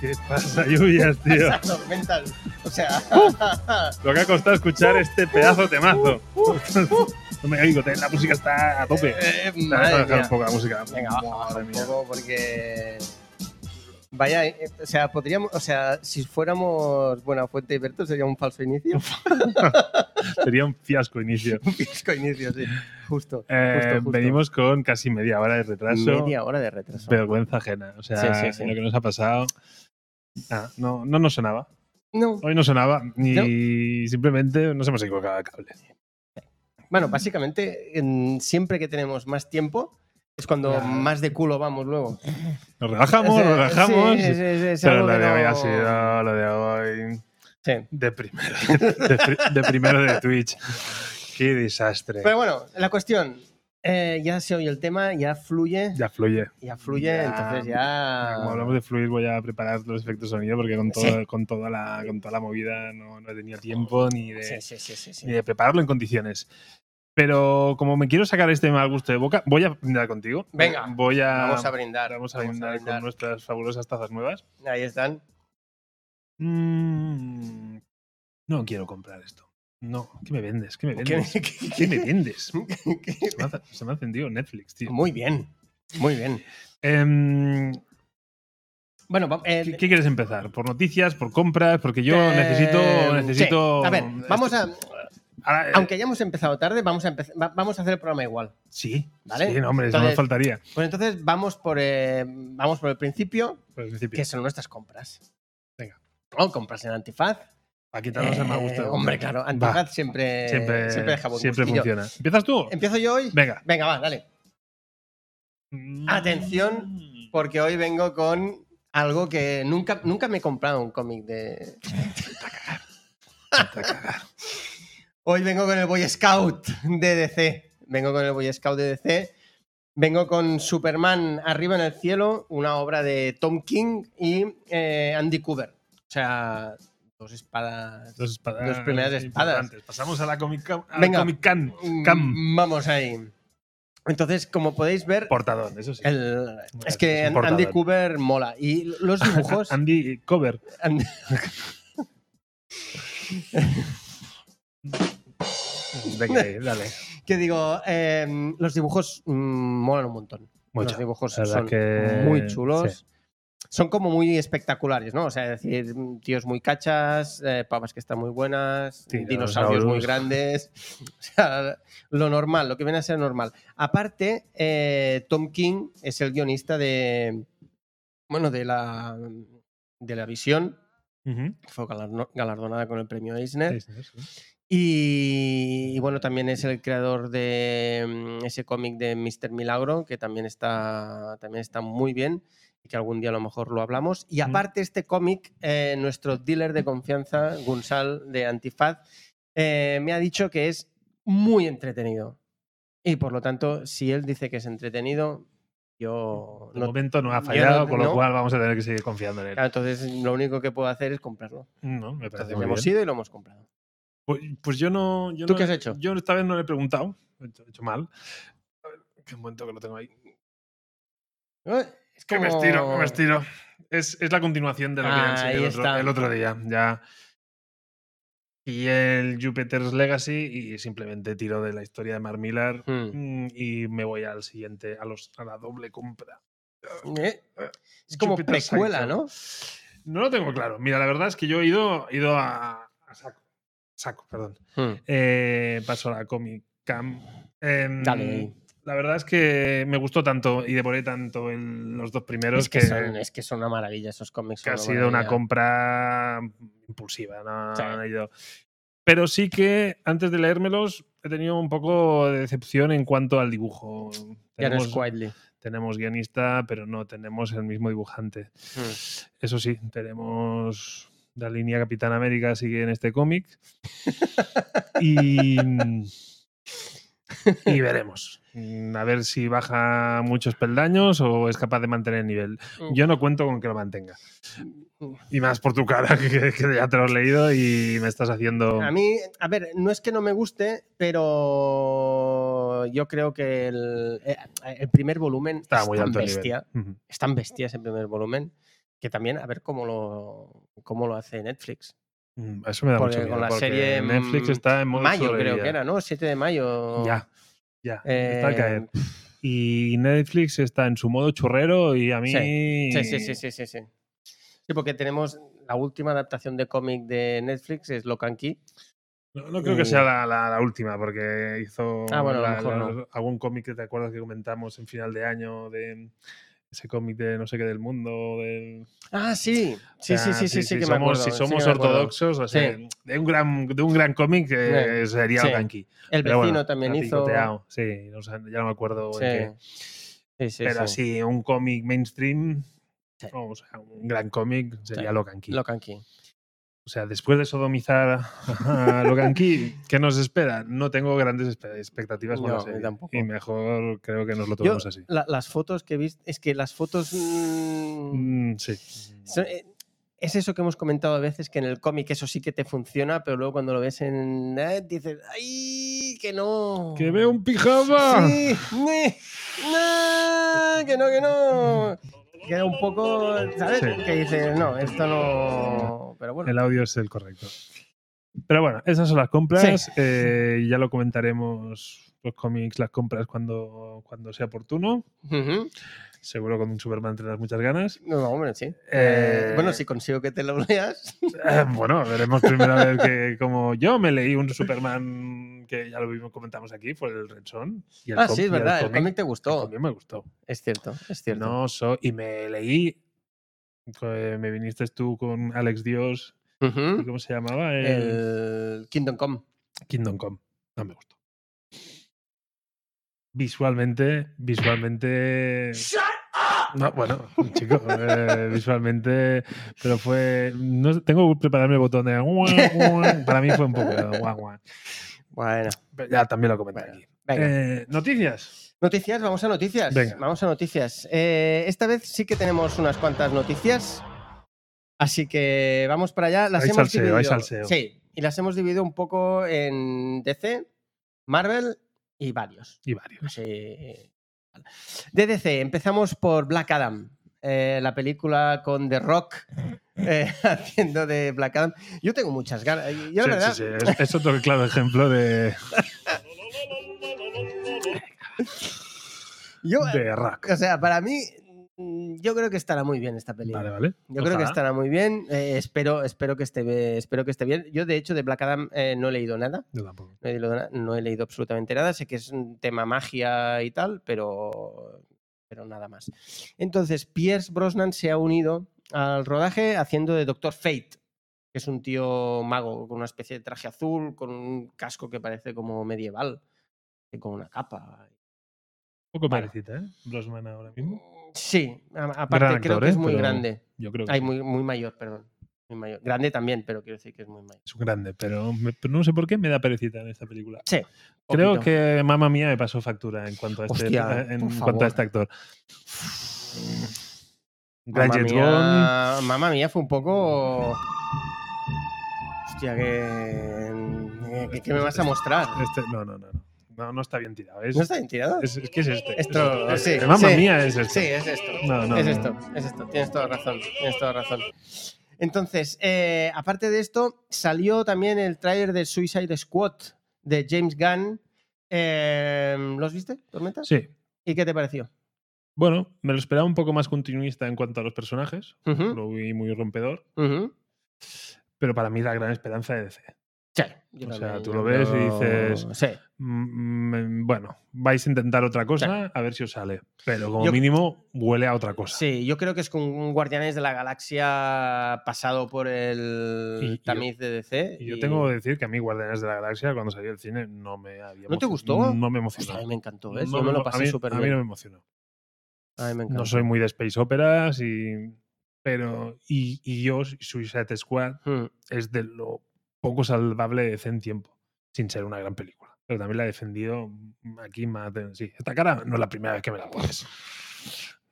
¿Qué pasa, lluvias, tío? Esa tormenta, o sea, Lo que ha costado escuchar este pedazo de mazo. No me oigo, la música está a tope. eh, Vamos a madre dejar mía. un poco la música. Venga, va- baja Madre un mía. poco porque. Vaya, eh, o sea, podríamos, o sea, si fuéramos Buena Fuente y Berto sería un falso inicio. Sería un fiasco inicio. Un fiasco inicio, sí. Justo. Eh, justo, justo. Venimos con casi media hora de retraso. media hora de retraso. Vergüenza ajena. O sea, Sí, sí, sí. lo que nos ha pasado. Ah, no, no nos sonaba. No. Hoy no sonaba y simplemente nos hemos equivocado de cable. Bueno, básicamente, en- siempre que tenemos más tiempo es cuando Claro. más de culo vamos luego. Nos relajamos, O sea, nos relajamos. Eh, sí, sí, sí, es Pero algo lo que de hoy no- ha sido, lo de hoy, Sí. de primero de, pri- de primero de Twitch. Qué desastre. Pero bueno, la cuestión. eh, ya se oye el tema, ya fluye, Ya fluye. ya fluye, Ya. entonces ya. Como hablamos de fluir, voy a preparar los efectos de sonido porque con, todo, Ah. Sí. Oh, con, toda, la, con toda la movida no, no he tenido tiempo ni de, Sí, sí, sí, sí, sí. ni de prepararlo en condiciones. Pero como me quiero sacar este mal gusto de boca, voy a brindar contigo. Venga, Voy a, Vamos a brindar. vamos a brindar brindar. con nuestras fabulosas tazas nuevas. Ahí están. Mm, no quiero comprar esto. No, ¿qué me vendes? ¿Qué me ¿Qué- vendes? qué- ¿Qué me vendes? qué- Se me ha, se me ha encendido Netflix, tío. Muy bien, muy bien. Em, Bueno, va- eh, ¿qué, qué quieres empezar? ¿Por noticias? ¿Por compras? Porque yo eh, necesito. sí. necesito A ver, vamos a. Ahora, eh, Aunque hayamos empezado tarde, vamos a, empezar, vamos a hacer el programa igual. Sí, Vale. sí, no, hombre, eso me Entonces- faltaría. Pues entonces vamos por, eh, vamos por el principio, Por el principio. que son nuestras compras. Venga. O compras en antifaz. Para quitarnos el mal Eh, gusto. Hombre, claro, Va, antifaz siempre, siempre, siempre deja buen siempre gustillo. Em, funciona. ¿Empiezas tú? ¿Empiezo yo hoy? Venga. Venga, va, dale. Atención, Porque hoy vengo con algo que nunca, nunca me he comprado un cómic de. Hoy vengo con el Boy Scout de DC. Vengo con el Boy Scout de DC. Vengo con Superman Arriba en el Cielo, una obra de Tom King y eh, Andy Cooper. O sea, dos espadas. Dos espadas. Dos primeras espadas. importantes. Pasamos a la Comic Cam. a la Venga. Comic Can. Mm, Cam. Vamos ahí. Entonces, como podéis ver, Portadón, eso sí. el- es Gracias, que es un Andy portadón. Cooper mola. Y los dibujos. Andy Cover. And- Venga, ahí, dale. que digo, em, los dibujos mm, molan un montón. Mucho. Los dibujos La verdad son que- muy chulos. sí. Son como muy espectaculares, ¿no? O sea, es decir, mm, tíos muy cachas, eh, papas que están muy buenas, Dinosaurios. dinosaurios muy grandes. O sea, lo normal, lo que viene a ser normal. Aparte, eh, Tom King es el guionista de. Bueno, de la. De la visión. Ujú. que Fue galarno- galardonada con el premio Eisner. Sí, sí, sí. Y, y bueno, también es el creador de mm, ese cómic de Mr. Milagro, que también está, también está muy bien y que algún día a lo mejor lo hablamos. Y Ujú. aparte este cómic, eh, nuestro dealer de confianza, Gunsal de Antifaz, eh, me ha dicho que es muy entretenido. Y por lo tanto, si él dice que es entretenido, yo... De no- momento no ha yo fallado, no- con lo no. cual vamos a tener que seguir confiando en él. Claro, entonces lo único que puedo hacer es comprarlo. No, me parece Entonces muy hemos bien. ido y lo hemos comprado. Pues, pues yo no. yo ¿Tú no- qué has hecho? Yo esta vez no le he preguntado. He hecho, he hecho mal. A ver, Qué momento que lo tengo ahí. Eh, Es Que me como- estiro, que me estiro. Es, es la continuación de lo que Ahí enseñé el otro, está. el otro día. Ya. Y el Jupiter's Legacy y simplemente tiro de la historia de Mar Millar Hmm. mm, y me voy al siguiente, a, los, a la doble compra. Eh, Es como Jupiter's precuela, Cycle. ¿no? No lo tengo claro. Mira, la verdad es que yo he ido, he ido a, a saco. Saco, perdón. Eh, paso a la Comic Cam. Mm, Em, Dale. La verdad es que me gustó tanto y devoré tanto el- los dos primeros es, que son, es que son una maravilla esos cómics. que son ha sido una maravilla. compra impulsiva. No, Sí. No he ido. Pero sí que antes de leérmelos he tenido un poco de decepción en cuanto al dibujo. Ya no es Quietly. Tenemos guionista, pero no tenemos el mismo dibujante. Hmm. Eso sí, tenemos la línea Capitán América, sigue en este cómic. y, y veremos. Mm, A ver si baja muchos peldaños o es capaz de mantener el nivel. Mm. Yo no cuento con que lo mantenga. Y más por tu cara, que, que ya te lo has leído y me estás haciendo. A mí, a ver, no es que no me guste, pero yo creo que el, eh, el primer volumen Está es muy tan alto el nivel. bestia. Ujú. Es tan bestia ese primer volumen que también a ver cómo lo, cómo lo hace Netflix. Mm, Eso me da Porque mucho miedo. con la porque serie, Netflix mm, está en modo mayo creo sobrevida. que era, ¿no? 7 de mayo. Ya, ya. Eh, está al caer. Y Netflix está en su modo churrero y a mí. Sí, sí, sí, sí, sí, sí. Eh, Sí, porque tenemos la última adaptación de cómic de Netflix, es Lock and Key. No, no creo que Y- sea la, la- la última, porque hizo Uh. Ah, bueno, a lo la- mejor la- no. algún cómic que te acuerdas que comentamos en final de año de ese cómic de no sé qué del mundo. Del... Ah, sí. Sí, O sea, sí, sí, sí, sí, si que somos, me acuerdo. Si sí somos que me acuerdo. ortodoxos, o sea, de un gran, de un gran cómic eh, Sí. sería Sí. Ganqui. El Pero vecino bueno, también está hizo. picoteado, Sí, no sé, ya no me acuerdo en qué. Sí. Sí, sí, Pero sí. así, un cómic mainstream, Sí. o sea, un gran cómic sería Sí. Logan Key. Lock and Key. O sea, después de sodomizar a Logan Key, ¿qué nos espera? No tengo grandes espe- expectativas con No, la yo serie. tampoco. Y mejor creo que nos lo Yo, tomemos así. la- las fotos que viste, es que las fotos. mm, Mm, sí. so- eh, es eso que hemos comentado a veces, que en el cómic eso sí que te funciona, pero luego cuando lo ves en net dices, ¡ay! ¡Que no! ¡Que veo un pijama! Sí, ne, no, que no, que no. Queda un poco, ¿sabes? Sí. Que dices, no, esto no. Pero bueno, El audio es el correcto. Pero bueno, esas son las compras. eh, ya lo comentaremos los cómics, las compras cuando, cuando sea oportuno. Ujú. Seguro con Superman tendrás muchas ganas. no, hombre, sí. Eh, Bueno, si consigo que te lo leas. Eh, bueno, veremos primero a ver que como yo me leí un Superman que ya lo vimos, comentamos aquí, fue el Red Son. y el Ah, com- sí, y es verdad, el cómic te el gustó. cómic me gustó. Es cierto, es cierto. No so- y me leí, eh, me viniste tú con Alex Dios, Ujú. ¿y ¿cómo se llamaba? ¿Mm? El El Kingdom Come. Kingdom Come. No me gustó. Visualmente, visualmente... No, bueno, chico, eh, visualmente, pero fue. No, tengo que prepararme el botón de. guau, guau. Para mí fue un poco. guau, guau. Bueno, Pero ya también lo comenté Bueno, aquí. venga. Eh, Noticias. Noticias, vamos a noticias. Venga. Vamos a noticias. Eh, esta vez sí que tenemos unas cuantas noticias. Así que vamos para allá. Las Hay hemos salseo, hay dividido. salseo. Sí, y las hemos dividido un poco en DC, Marvel y varios. Y varios. Así, De DC, empezamos por Black Adam. eh, la película con The Rock eh, haciendo de Black Adam. Yo tengo muchas ganas. Yo, Sí, la verdad, sí, sí, Es, es otro claro ejemplo de, yo, de rock. O sea, para mí, mm, yo creo que estará muy bien esta película. Vale, vale. eh, Yo creo que Ojalá. estará muy bien. eh, espero, espero, que esté, be- espero que esté bien. Yo, de hecho, de Black Adam eh, no he leído nada. Yo tampoco. No he, leído, na- no he leído absolutamente nada. Sé que es un tema magia y tal, pero, pero nada más. Entonces, Pierce Brosnan se ha unido al rodaje haciendo de Doctor Fate, que es un tío mago con una especie de traje azul, con un casco que parece como medieval, y con una capa Un poco Vale. parecida, ¿eh? Brosman ahora mismo. Oh. Sí, a- aparte Gran creo actor, que es ¿eh? muy Pero- grande. Yo creo que Ay, sí. muy, muy mayor, perdón. Muy mayor. Grande también, pero quiero decir que es muy mayor. es un grande, pero, me- pero no sé por qué me da perecita en esta película. Sí. Creo poquito. que mamá mía me pasó factura en cuanto a este, Hostia, en por cuanto favor. a este actor. Mamma Gadget Gone. mía, mamma mía, fue un poco. Hostia, eh, que. ¿Qué, qué me vas a mostrar? Este, no, no, no, no. No, no está bien tirado. Es, ¿No está bien tirado? es, es que es este. Esto- Es- sí, eh, mamma sí. mía es este. Sí, es esto. No, no, es no. esto, es esto. Tienes toda razón. Tienes toda razón. Entonces, eh, aparte de esto, salió también el tráiler de Suicide Squad de James Gunn. Eh, ¿Los viste, Tormenta? Sí. ¿Y qué te pareció? Bueno, me lo esperaba un poco más continuista en cuanto a los personajes. Ujú, Lo vi muy rompedor. ujú. Pero para mí la gran esperanza de DC. Sí, O sea, tú lo ves y dices, Sí. Mm, mm, bueno, vais a intentar otra cosa, a ver si os sale. Pero como Yo- mínimo, huele a otra cosa. Sí, yo creo que es con un Guardianes de la Galaxia pasado por el Y- y yo- tamiz de DC. Y yo tengo que decir que a mí Guardianes de la Galaxia, cuando salió del cine, no me había ¿No te emocio- gustó? No me Hostia, emocionó. a mí me encantó, ¿ves? No yo me emo- lo a pasé mí- súper A bien. mí no me emocionó. A mí me encanta. No soy muy de space operas y... Pero... Y, y yo, Suicide Squad, Hmm. es de lo poco salvable de en tiempo, sin ser una gran película. Pero también la he defendido aquí más de... Sí, esta cara no es la primera vez que me la pones.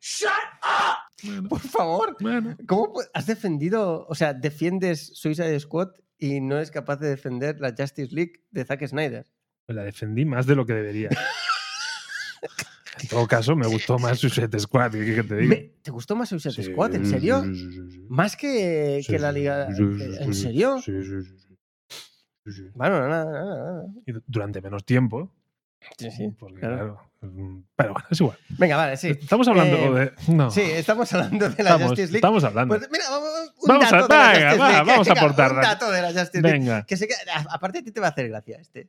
Por favor, Bueno, ¿cómo pu- has defendido, o sea, defiendes Suicide Squad y no eres capaz de defender la Justice League de Zack Snyder? pues la defendí más de lo que debería. En todo caso, me gustó más Suicide Squad, ¿qué qué te digo? Me- ¿Te gustó más Suicide Sí, Squad? ¿En serio? sí, sí, sí, sí. Más que, Sí, que la sí, Liga. sí, sí, ¿En sí, serio? sí, sí, sí, sí. Sí, sí. Bueno, nada, nada, nada. Y du- durante menos tiempo. uh, Sí, sí, porque, claro. claro, mm, Pero bueno, es igual. Venga, vale, sí. Eh, Estamos hablando de. No. Sí, estamos hablando de la estamos, Justice League. estamos hablando. Pues mira, vamos, un Vamos a- dato de la venga, Justice va, League. vamos a Venga, aportar, Un Dani. dato de la Justice League. Venga. Que sé que, a- aparte a ti te va a hacer gracia este.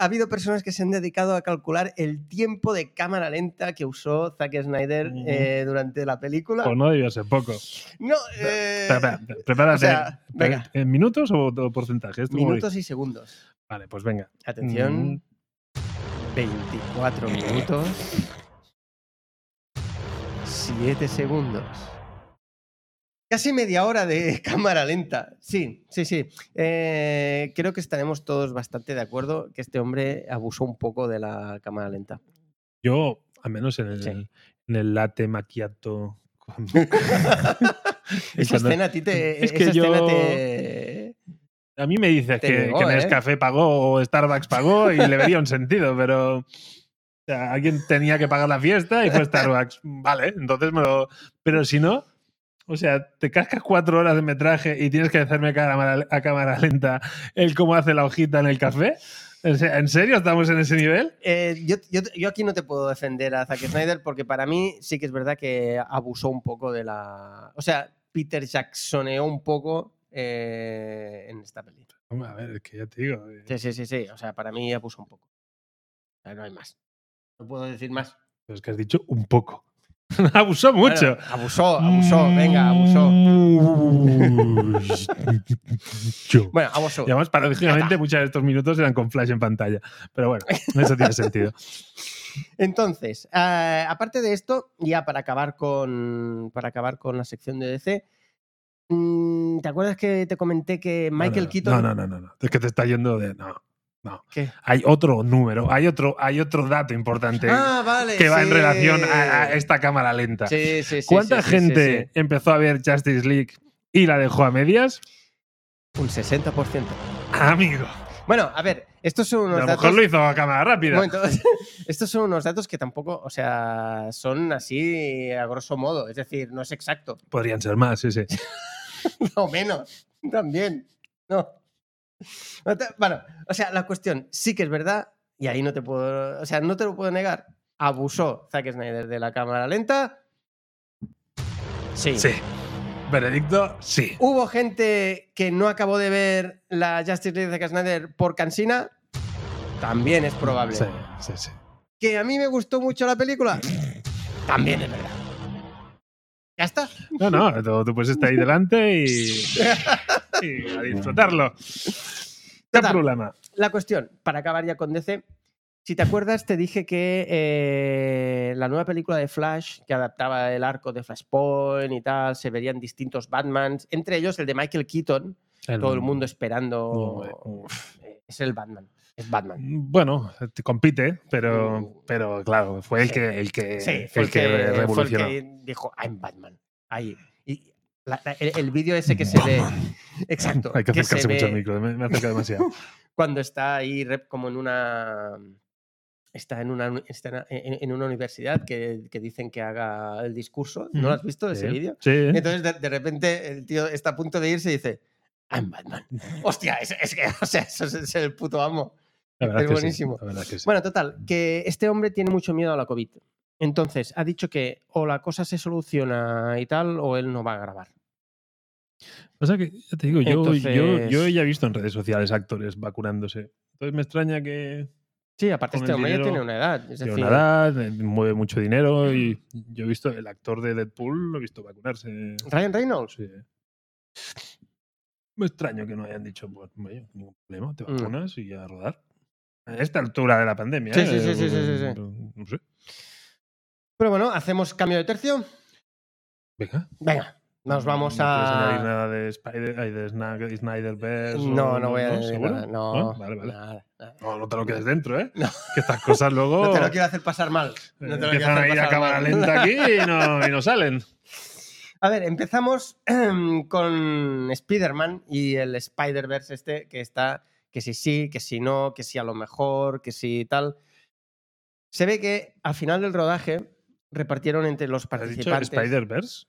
Ha habido personas que se han dedicado a calcular el tiempo de cámara lenta que usó Zack Snyder Ujú. eh, durante la película. Pues no debió ser poco. No, eh, Espera, espera, prepárate. o sea, venga. ¿En minutos o, o porcentaje? Esto como minutos y segundos. dice. Vale, pues venga. Mm. Atención, 24 minutos. 7 segundos. Casi media hora de cámara lenta. Sí, sí, sí. Eh, creo que estaremos todos bastante de acuerdo que este hombre abusó un poco de la cámara lenta. Yo, al menos en el, Sí. en el latte macchiato. con- Esa cuando- escena a ti te. es que esa escena yo- te- A mí me dices Te que, llegó, que ¿eh? Nescafé pagó o Starbucks pagó y le vería un sentido, pero o sea, alguien tenía que pagar la fiesta y fue Starbucks. Mm, Vale, entonces me lo. Pero si no, o sea, te cascas cuatro horas de metraje y tienes que hacerme a cámara, a cámara lenta el cómo hace la hojita en el café. O sea, ¿En serio estamos en ese nivel? Eh, yo, yo- yo aquí no te puedo defender a Zack Snyder porque para mí sí que es verdad que abusó un poco de la. O sea, Peter Jacksoneó un poco eh, en esta peli. Hombre, a ver, es que ya te digo. eh, Sí, sí, sí, sí. O sea, para mí abusó un poco. O sea, no hay más. No puedo decir más. pero Es que has dicho un poco. Abusó mucho. Bueno, abusó, abusó, venga, abusó. Mucho. Bueno, abusó. Y además, paradójicamente, muchos de estos minutos eran con flash en pantalla. Pero bueno, eso tiene sentido. Entonces, eh, aparte de esto, ya para acabar con, para acabar con la sección de DC, mm, ¿te acuerdas que te comenté que No, no, Michael no, Keaton. No, no, no, no. Es que te está yendo de. No, no. ¿Qué? Hay otro número, hay otro, hay otro dato importante Ah, vale. que va sí. en relación a, a esta cámara lenta. Sí, sí, sí, ¿Cuánta sí, sí, gente sí, empezó a ver Justice League y la dejó a medias? sí. Un 60%. Amigo. Bueno, a ver, estos son a unos lo datos. mejor lo hizo a cámara Un rápida. momento. estos son unos datos que tampoco, o sea, son así a grosso modo, es decir, no es exacto, Podrían ser más, sí, sí. no menos, también, no. No te- Bueno, o sea, la cuestión sí que es verdad, y ahí no te puedo, o sea, no te lo puedo negar, abusó Zack Snyder de la cámara lenta. Sí. Veredicto, sí. ¿Hubo gente que no acabó de ver la Justice League de Zack Snyder por cansina? También es probable. Sí, sí, sí. ¿Que a mí me gustó mucho la película? También es verdad. ¿Ya está? No, no, tú, tú puedes estar ahí delante y, y a disfrutarlo. ¿Qué Total. problema? La cuestión, para acabar ya con DC, si te acuerdas te dije que eh, la nueva película de Flash, que adaptaba el arco de Flashpoint y tal, se verían distintos Batmans, entre ellos el de Michael Keaton, todo el mundo esperando... eh, Es el Batman, es Batman. Bueno, te compite, pero, pero claro, fue el que, el que, Uh. Sí, el que fue el revolucionó. fue el que dijo, I'm Batman. Ahí. Y la- la- el, el vídeo ese que se ve. Exacto. Hay que se acercarse mucho ve al micro, me, me acerca demasiado. Cuando está ahí Rep como en una. Está en una, está en- en, en una universidad que, que dicen que haga el discurso. ¿No lo has visto ese Sí, vídeo? Sí. Entonces, de, de repente, el tío está a punto de irse y dice. I'm Batman. Hostia, es, es que, o sea, eso es, es el puto amo. la verdad es que sí, buenísimo. la verdad que sí. Bueno, total, que este hombre tiene mucho miedo a la COVID. Entonces, ha dicho que o la cosa se soluciona y tal, o él no va a grabar. O sea que, ya te digo, yo, Entonces- yo, yo ya he visto en redes sociales actores vacunándose. Entonces me extraña que Sí, aparte Con este el hombre ya dinero- tiene una edad. Es tiene decir, una edad, eh, mueve mucho dinero y yo he visto el actor de Deadpool, lo he visto vacunarse. Ryan Reynolds. Sí. Me extraño que no hayan dicho, pues, oye, ningún problema, te Mm. vacunas y a rodar. A esta altura de la pandemia. Sí, ¿eh? sí, sí, sí, sí, sí, No sé. Pero bueno, hacemos cambio de tercio. Venga. Venga, nos vamos Mm, no quieres añadir a. nada de Spider, ay, de Snag- Snyderverse o- No, no voy a decir ¿Seguro? nada. No, Ah, Vale, vale. nada, nada. No, no te lo quedes dentro, ¿eh? No. Que estas cosas luego No te lo eh, quiero hacer pasar mal. No te lo quiero empiezan hacer a ir a pasar cámara mal. lenta aquí y no, y no salen. A ver, empezamos con Spider-Man y el Spider-Verse este que está, que si sí, que si no, que si a lo mejor, que si tal. Se ve que al final del rodaje repartieron entre los ¿Has dicho participantes. Spider-Verse?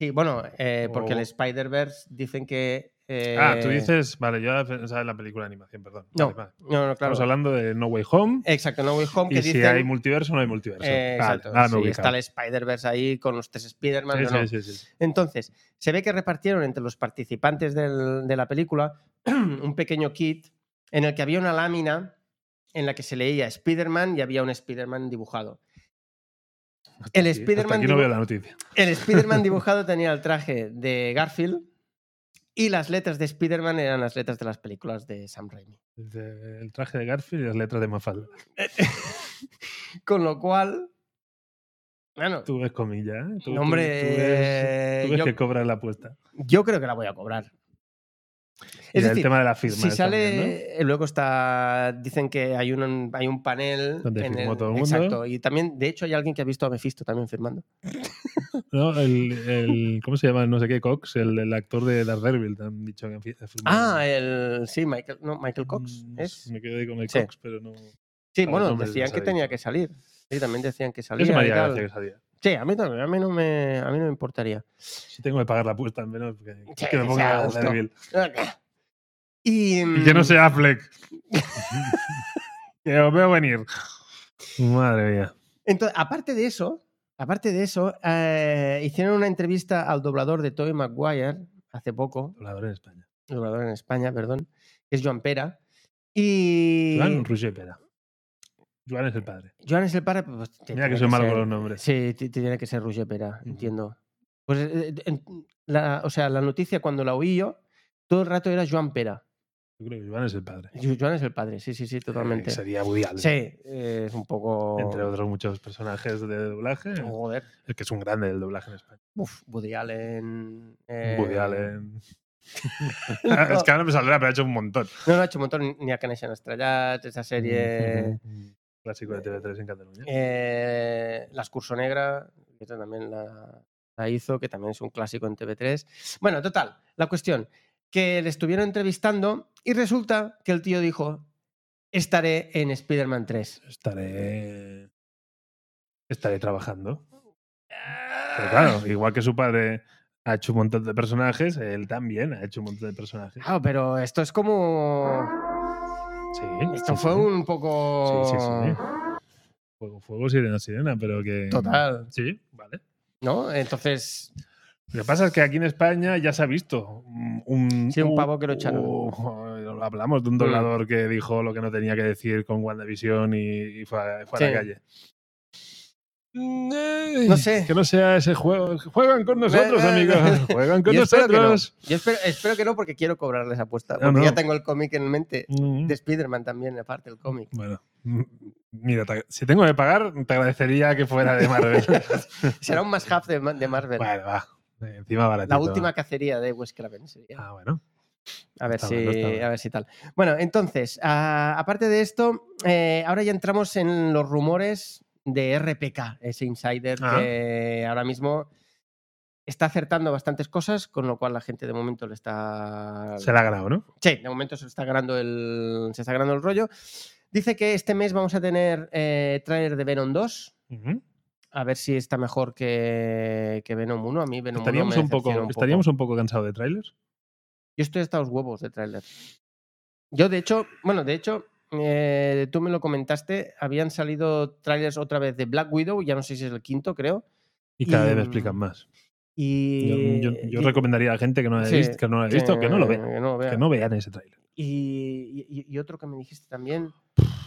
Sí, bueno, eh, porque el O- Spider-Verse dicen que... eh, Ah, tú dices, vale, yo pensaba en la película de animación, perdón. No, Vale, vale. No, no, claro. Estamos hablando de No Way Home. Exacto, No Way Home, que y si dicen... hay multiverso, no hay multiverso. Eh, Vale, exacto, ahora me sí, he está ubicado. el Spider-Verse ahí con los tres Spider-Man. Sí, no, no. sí, sí, sí. Entonces, se ve que repartieron entre los participantes del- de la película un pequeño kit en el que había una lámina en la que se leía Spider-Man y había un Spider-Man dibujado. Hasta El aquí- hasta Spider-Man Aquí no veo dibu- la noticia. El Spider-Man dibujado tenía el traje de Garfield y las letras de Spider-Man eran las letras de las películas de Sam Raimi. De- El traje de Garfield y las letras de Mafalda. Con lo cual, bueno, Tú ves comillas, ¿eh? Tú- Tú, No, hombre, tú ves, tú ves yo- que cobras la apuesta. yo creo que la voy a cobrar. Y Es el decir, tema de la firma. Si también, sale, ¿no? eh, luego está, dicen que hay un, hay un panel Donde firmó todo el mundo. Exacto, y también, de hecho, hay alguien que ha visto a Mephisto también firmando. No, El, el- ¿Cómo se llama? No sé qué, Cox, el, el actor de Daredevil. Te han dicho que han fi- ha firmado. Ah, el, sí, Michael, no, Michael Cox. Mm, ¿es? Me quedé con el Sí. Cox, pero no. Sí, vale, bueno, no me decían que sabía. tenía que salir. Sí, también decían que salía. Eso me y haría tal. gracia que salía. Sí, a mí, también, a mí no me, a mí no me importaría. Si tengo que pagar la apuesta, al menos que, Sí, que me que ponga sea a justo. Daredevil. Y, Y que no mm, sea Affleck. que os veo venir. Madre mía. Entonces, mm, aparte de eso, aparte de eso, eh, hicieron una entrevista al doblador de Tobey Maguire hace poco, Doblador en España. doblador en España, perdón, que es Joan Pera. Y Joan Roger Pera. Joan es el padre. Joan es el padre. pues, t- Mira tiene que soy malo ser- con los nombres. Sí, t- tiene que ser Roger Pera, Ujú. entiendo. Pues, eh, en- la- o sea, la noticia cuando la oí yo, todo el rato era Joan Pera. Yo creo que Joan es el padre. Jo- Joan es el padre, sí, sí, sí, totalmente. Eh, Sí, Sería Woody Allen. eh, es un poco. Entre otros eh. muchos personajes de doblaje. Joder. El que es un grande del doblaje en España. Uf, Woody Allen. eh, Woody Allen. es que ahora me saldrá, pero ha hecho un montón. No, no ha hecho un montón ni a Canesian Estrellat, esa serie. Un Clásico de TV3 en Cataluña. eh, la Excurso Negra, que esa también la, la hizo, que también es un clásico en TV3. Bueno, total, la cuestión, que le estuvieron entrevistando y resulta que el tío dijo, estaré en Spider-Man 3. Estaré. Estaré trabajando. Ah. Pero claro, igual que su padre ha hecho un montón de personajes, él también ha hecho un montón de personajes. Claro, pero esto es como... Sí. Esto sí, fue sí. un poco... Sí, sí, sí. Fuego, fuego, sirena, sirena, pero que. Total, Sí, vale. ¿no? Entonces, Lo que pasa es que aquí en España ya se ha visto un. un- Sí, un pavo que lo echaron. un- hablamos de un doblador que dijo lo que no tenía que decir con WandaVision y, y fue, a, fue a Sí. la calle. No sé. Que no sea ese juego. Juegan con nosotros, Eh, eh, amigos. Juegan con yo espero que no. nosotros. Yo espero, espero que no porque quiero cobrarles apuesta. No, Porque ya no. tengo el cómic en mente. Mm. De Spider-Man también, aparte el cómic. Bueno. m- Mira, te- si tengo que pagar, te agradecería que fuera de Marvel. Será un must-have de, Ma- de Marvel. bueno, va. Encima baratito. La va. última cacería de Wes Craven sería. Ah, bueno. A ver, está si, bueno, está bueno. a ver si tal. Bueno, entonces, a- aparte de esto, eh, ahora ya entramos en los rumores de RPK, ese insider Ah. que ahora mismo está acertando bastantes cosas, con lo cual la gente de momento le está. Se la ha ganado, ¿no? Sí, de momento se está ganando el, se está ganando el rollo. Dice que este mes vamos a tener eh, trailer de Venom 2. Ujú. A ver si está mejor que, que Venom 1. A mí Venom 1 Estaríamos, me un poco, decepciona un poco. estaríamos un poco cansados de trailers. Yo estoy hasta los huevos de tráiler. Yo, de hecho, bueno, de hecho, eh, tú me lo comentaste, habían salido trailers otra vez de Black Widow, ya no sé si es el quinto, creo. Y cada Y, vez me mm, explican más. Y, Yo, yo- yo y- recomendaría a la gente que no, haya Sí, visto, que no lo haya visto, que no lo vea. Que no lo vea. Que no vean ese tráiler. Y, y- y otro que me dijiste también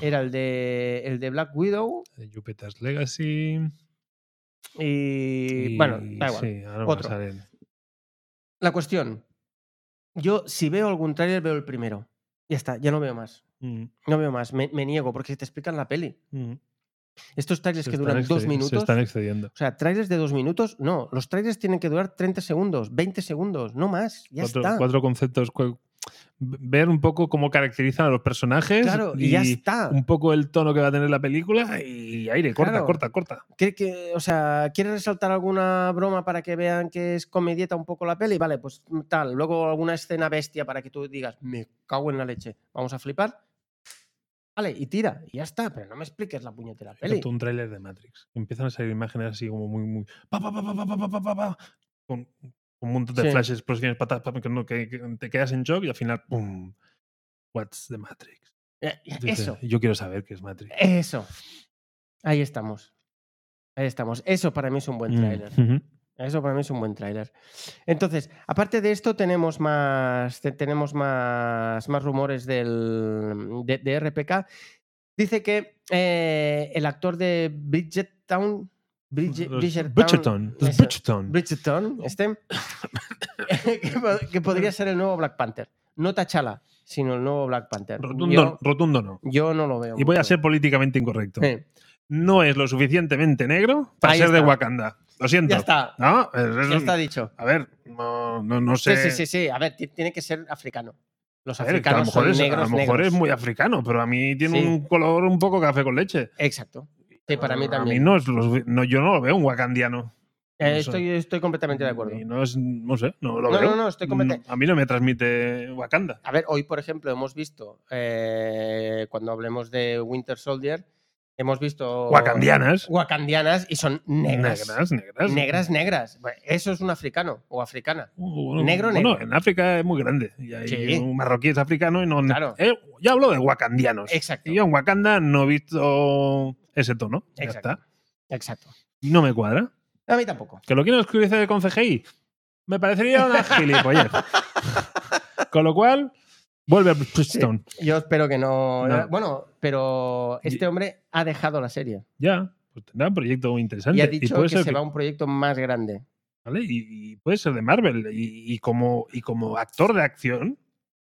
era el de, el de Black Widow. Eh, Jupiter's Legacy. Y, y- bueno, da igual. Sí, ahora me Otro. salen. La cuestión. Yo, si veo algún tráiler, veo el primero. Ya está, ya no veo más. Mm, No veo más, me, me niego, porque te explican la peli. mm. Estos trailers Se que están duran excedi- dos minutos. Se están excediendo. O sea, trailers de dos minutos, no. Los trailers tienen que durar 30 segundos, 20 segundos, no más. Ya cuatro, está. cuatro conceptos. cu- Ver un poco cómo caracterizan a los personajes. claro, y ya está. Un poco el tono que va a tener la película y aire, corta, Claro. corta, corta. ¿Quiere que, o sea, ¿quieres resaltar alguna broma para que vean que es comedieta un poco la peli? Vale, pues tal. Luego alguna escena bestia para que tú digas, me cago en la leche, vamos a flipar. Vale, y tira, y ya está. Pero no me expliques la puñetera peli. Tanto un tráiler de Matrix. Empiezan a salir imágenes así como muy, muy. pa, pa, pa, pa, pa, pa, pa, pa, pa, pa, con un montón de Sí. flashes, proyecciones, patas, pa, que, no- que- que te quedas en shock y al final, ¡pum! What's the Matrix? Eh, eh, Dices, Eso, Yo quiero saber qué es Matrix. eso. Ahí estamos. Ahí estamos. Eso para mí es un buen Mm, tráiler. ujú. Eso para mí es un buen tráiler. Entonces, aparte de esto, tenemos más, te- tenemos más, más rumores del, de, de RPK. Dice que eh, el actor de Bridgetown, Bridge- Los Bridgertown, Bridgerton. los eso, Bridgerton. Bridgerton, este, Oh. que, po- que podría ser el nuevo Black Panther. No T'Challa, sino el nuevo Black Panther. Rotundo, Yo, rotundo no. yo no lo veo. Y voy a mucho. ser políticamente incorrecto. Eh, no es lo suficientemente negro para Ahí ser de está. Wakanda. Lo siento. ya está, No, es- es- ya está dicho. A ver, no, no, no Sí, sé. sí, sí, sí. A ver, ti- tiene que ser africano. Los A ver, que africanos a lo mejor, son es, a lo negros, mejor es negros. muy africano, pero a mí tiene Sí. un color un poco café con leche. Exacto. Sí, para mí A también. no es lo sufi- no, yo no lo veo un wakandiano. Eh, no estoy, estoy completamente de acuerdo. Y no es, no sé, no lo No, veo. no, no, estoy completamente. Mm, A mí no me transmite Wakanda. A ver, hoy, por ejemplo, hemos visto, eh, cuando hablemos de Winter Soldier, hemos visto. Wakandianas. Wakandianas y son Oh. negras. Negras, negras. Negras, negras. Bueno, Eso es un africano o africana. Uh, bueno, Negro, bueno, negro. en África es muy grande. Y hay Sí. un marroquí es africano y no. Claro. Eh, yo hablo de wakandianos. Exacto. Y yo en Wakanda no he visto ese tono. Ya Exacto. está. Exacto. No me cuadra. A mí tampoco. ¿Que lo quiero escribir con CGI? Me parecería una gilipollez. con lo cual, vuelve a Bridgestone. Yo espero que no. No. Bueno, pero este hombre ha dejado la serie Ya, pues tendrá un proyecto interesante. y ha dicho puede que ser se va a un proyecto más grande. ¿vale? y, y puede ser de Marvel. Y, y como, y como actor de acción,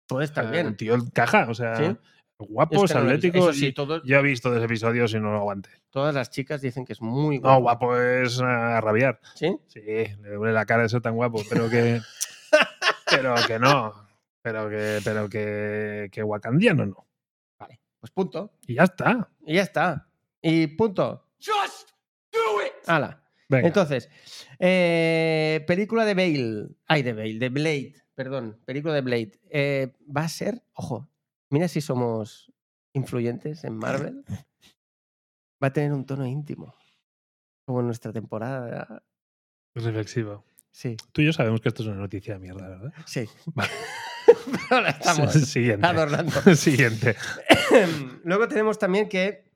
Puedes eh, también. el tío encaja. O sea, Sí. guapo, Es que no lo he visto. atlético. Eso sí, y- todo- Yo he visto dos episodios y no lo aguante. todas las chicas dicen que es muy guapo. No, Ah, guapo es eh, a rabiar. ¿Sí? Sí, le duele la cara de ser tan guapo, pero que. pero que no. Pero que. Pero que. Que wakandiano no. Pues punto. Y ya está. Y ya está. Y punto. Just do it. Ala. Venga. Entonces, eh, película de Bale. Ay, de Bale, de Blade. Perdón, película de Blade. Eh, va a ser, ojo, mira si somos influyentes en Marvel. Va a tener un tono íntimo. Como en nuestra temporada. Reflexivo. Sí, Tú y yo sabemos que esto es una noticia de mierda, ¿verdad? sí. Vale. Pero la estamos Sí, Siguiente. adornando. Siguiente. Luego tenemos también que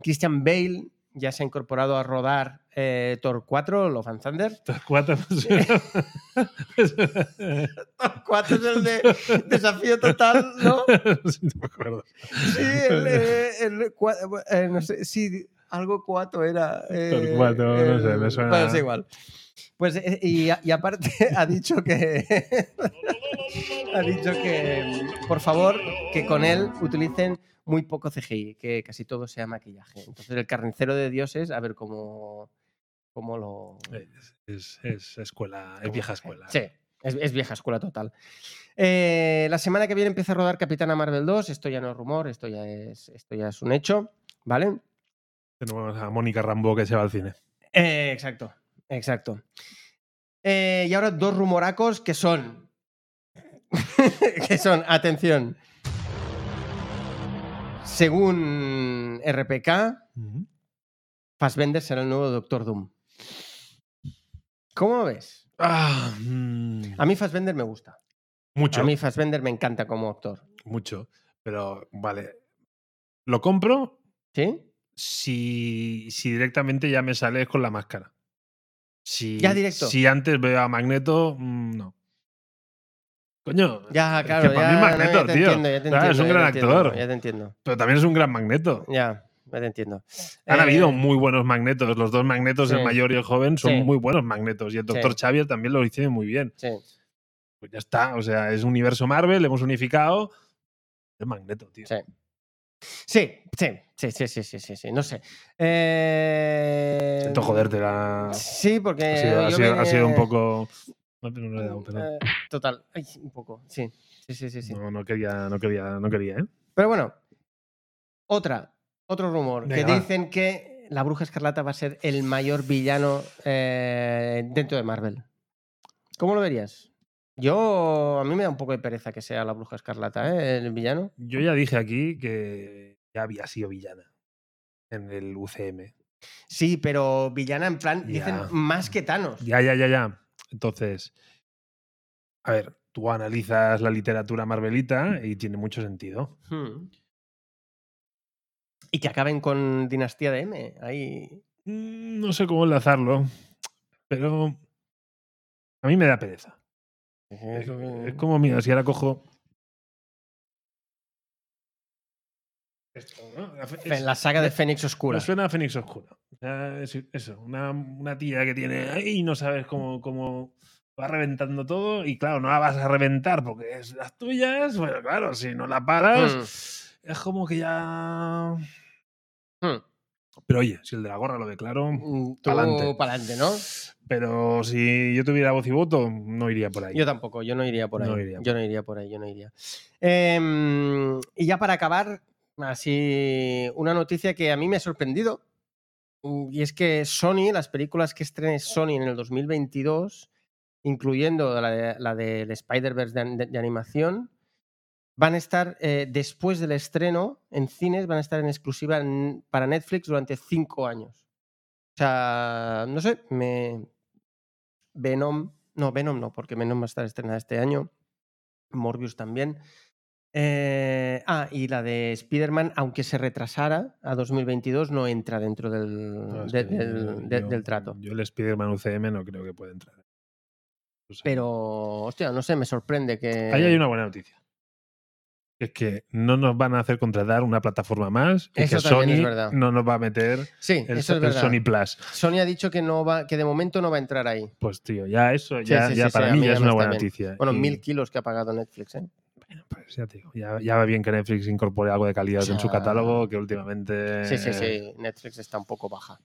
Christian Bale ya se ha incorporado a rodar eh, Thor 4, Love and Thunder. Estos cuatro. Thor 4 es el de desafío total, ¿no? Sí, no me acuerdo. Sí, el, eh, el cua- eh, no sé, sí, algo 4 era. eh, Thor 4, no sé, me suena- Bueno, es igual. Pues, eh, y, y aparte ha dicho que. ha dicho que, por favor, que con él utilicen muy poco CGI, que casi todo sea maquillaje. Entonces, el carnicero de dioses, a ver cómo, cómo lo. Es, es- es escuela. Es vieja escuela. Sí, es, es vieja escuela total. Eh, la semana que viene empieza a rodar Capitana Marvel 2. Esto ya no es rumor, esto ya es, esto ya es un hecho, ¿vale? Tenemos a Mónica Rambo que se va al cine. Eh, exacto, exacto. Eh, y ahora dos rumoracos que son. que son, atención. Según RPK, Ujú. Fassbender será el nuevo Doctor Doom. ¿Cómo ves? Ah, mm, A mí Fassbender me gusta. mucho. A mí Fassbender me encanta como actor. Mucho. Pero vale. Lo compro ¿Sí? si, si directamente ya me sales con la máscara. Si, Ya directo. Si antes veo a Magneto, mm, no. Coño, Ya, que claro. para mí ya, Magneto, ya te tío. Entiendo, ya te Claro, es entiendo, un ya gran te entiendo, actor. ya te entiendo. pero también es un gran Magneto. Ya, ya te entiendo. Han Eh, habido muy buenos magnetos. Los dos magnetos, sí. el mayor y el joven, son Sí. muy buenos magnetos. Y el Sí. doctor Xavier también lo hicieron muy bien. Sí. Pues ya está. O sea, es universo Marvel, hemos unificado. Es magneto, tío. Sí. Sí, sí, sí, sí, sí, sí, sí, sí, no sé. Eh... Siento joderte la. Sí, porque ha, sido, ha yo sido- me- ha sido un poco. No, pero no le he dado, perdón. Eh, total, Ay, un poco, sí, sí, sí, sí. sí. No, no quería, no quería, no quería, ¿eh? Pero bueno, otra, otro rumor, Venga, que va. dicen que la Bruja Escarlata va a ser el mayor villano eh, dentro de Marvel. ¿Cómo lo verías? Yo, a mí me da un poco de pereza que sea la Bruja Escarlata, ¿eh? El villano. Yo ya dije aquí que ya había sido villana en el UCM. Sí, pero villana en plan, dicen Ya. más que Thanos. Ya, ya, ya, ya. Entonces, a ver, tú analizas la literatura marvelita y tiene mucho sentido. Hmm. Y que acaben con Dinastía de M. Ahí. Mm, No sé cómo enlazarlo, pero a mí me da pereza. Es, es como, mira, si ahora cojo... Esto, ¿no? La fe- Fe- es- La saga de me- Fénix Oscura. me suena a Fénix Oscura. Ah, es- Eso, una, una tía que tiene ahí y no sabes cómo, cómo va reventando todo. Y claro, no la vas a reventar porque es las tuyas. Bueno, claro, si no la paras, es como que ya. Hmm. Pero oye, si el de la gorra lo declaro. Mm, Tú Pa'lante. para adelante, ¿no? Pero si yo tuviera voz y voto, no iría por ahí. Yo tampoco, yo no iría por ahí. No iría yo no iría por ahí, yo no iría. Em, y ya para acabar, así una noticia que a mí me ha sorprendido. mm, Y es que Sony, las películas que estrene Sony en el 2022, incluyendo la, de- la del Spider-Verse de, an- de- de animación, van a estar eh, después del estreno en cines, van a estar en exclusiva en- para Netflix durante cinco años. O sea, no sé, me, Venom, no, Venom no, porque Venom va a estar estrenada este año. Morbius también. Eh, ah, y la de Spider-Man, aunque se retrasara a 2022, no entra dentro del, No, Ah, es de- que del- de- yo- del trato. Yo el Spider-Man UCM no creo que pueda entrar. O sea, Pero, hostia, no sé, me sorprende que. Ahí hay una buena noticia. Es que no nos van a hacer contratar una plataforma más y Eso que también es Sony verdad. no nos va a meter Sí, el, eso es el verdad. Sony Plus. Sony ha dicho que, no va, que de momento no va a entrar ahí. Pues tío, ya eso, Sí, ya, sí, ya sí, para sí, a mí mí ya ya es me una está buena bien. noticia. Bueno, Y, mil kilos que ha pagado Netflix, ¿eh? pues, ya, te digo, ya, ya va bien que Netflix incorpore algo de calidad O en su sea, catálogo, que últimamente... Sí, sí, Eh. sí, Netflix está un poco baja.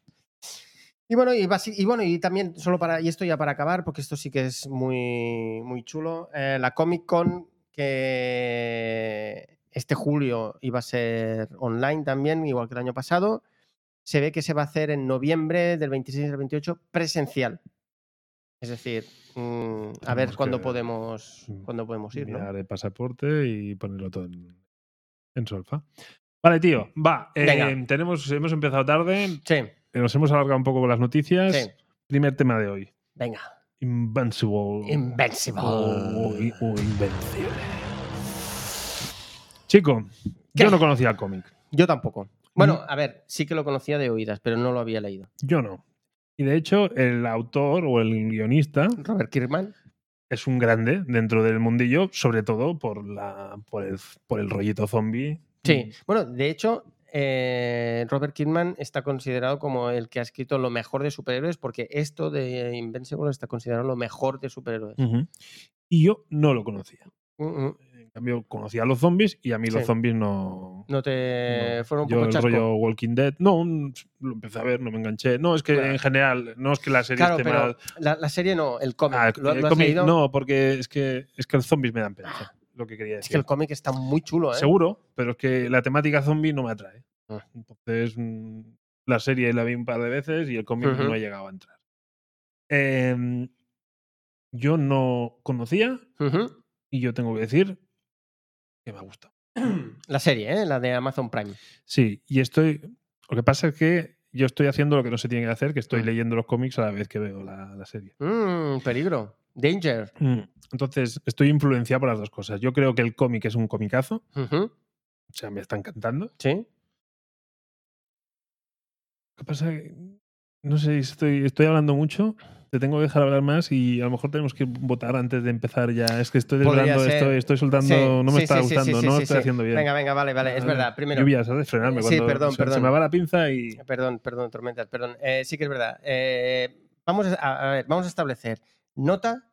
Y bueno, y, basi- y bueno, y también solo para, y esto ya para acabar, porque esto sí que es muy, muy chulo. eh, la Comic Con, que este julio iba a ser online también, igual que el año pasado, se ve que se va a hacer en noviembre del 26 al 28 presencial. Es decir, mm, a ver Tenemos cuándo que- podemos, Mm. cuándo podemos ir, ¿no? Mirar el pasaporte y ponerlo todo en, en solfa. Vale, tío, va. eh, Venga. tenemos, hemos empezado tarde, Sí, nos hemos alargado un poco con las noticias. sí. Primer tema de hoy. Venga. Invincible. Invencible. Ah. O- o invencible. Chico, ¿Qué? yo no conocía el cómic. Yo tampoco. Bueno, Mm. a ver, sí que lo conocía de oídas, pero no lo había leído. Yo no. Y de hecho, el autor o el guionista Robert Kirkman. es un grande dentro del mundillo, sobre todo por, la, por, el, por el rollito zombie. Mm. Sí. Bueno, de hecho, eh, Robert Kirkman está considerado como el que ha escrito lo mejor de superhéroes, porque esto de Invincible está considerado lo mejor de superhéroes. Ujú. Y yo no lo conocía. Mm, mm. En cambio, conocía a los zombies y a mí los Sí. zombies no. No te no. fueron un Yo poco el chasco. rollo Walking Dead, no, un- lo empecé a ver, no me enganché. No, es que Claro. en general, no es que la serie Claro, esté pero mal. la, la serie no, el cómic. Ah, ¿Lo- el lo has cómic, leído? no, porque es que, es que los zombies me dan pereza. Lo que quería Es decir. que el cómic está muy chulo, ¿eh? Seguro, pero es que la temática zombie no me atrae. Ah. Entonces, mm, la serie la vi un par de veces y el cómic Ujú. no he llegado a entrar. Em, yo no conocía Ujú. y yo tengo que decir que me ha gustado. La serie, ¿eh? La de Amazon Prime. Sí, y estoy. Lo que pasa es que yo estoy haciendo lo que no se tiene que hacer, que estoy Mm. leyendo los cómics a la vez que veo la, la serie. Mm, Mm, peligro. Danger. Entonces, estoy influenciado por las dos cosas. Yo creo que el cómic es un comicazo, Ujú. o sea, me está encantando. Sí. ¿Qué pasa? que- No sé, estoy, estoy hablando mucho te tengo que dejar hablar más y a lo mejor tenemos que votar antes de empezar ya. Es que estoy Podría desvelando, ser. estoy, estoy soltando, Sí, no me sí, está sí, sí, gustando, sí, no sí, estoy sí. haciendo bien. Ah, Venga, venga, vale, vale, es verdad. Primero, Lluvias, has de frenarme. Sí, cuando perdón, se, perdón. se me va la pinza y. Perdón, perdón, tormentas, perdón. Eh, sí que es verdad. Eh, vamos, a, a ver, vamos a establecer nota,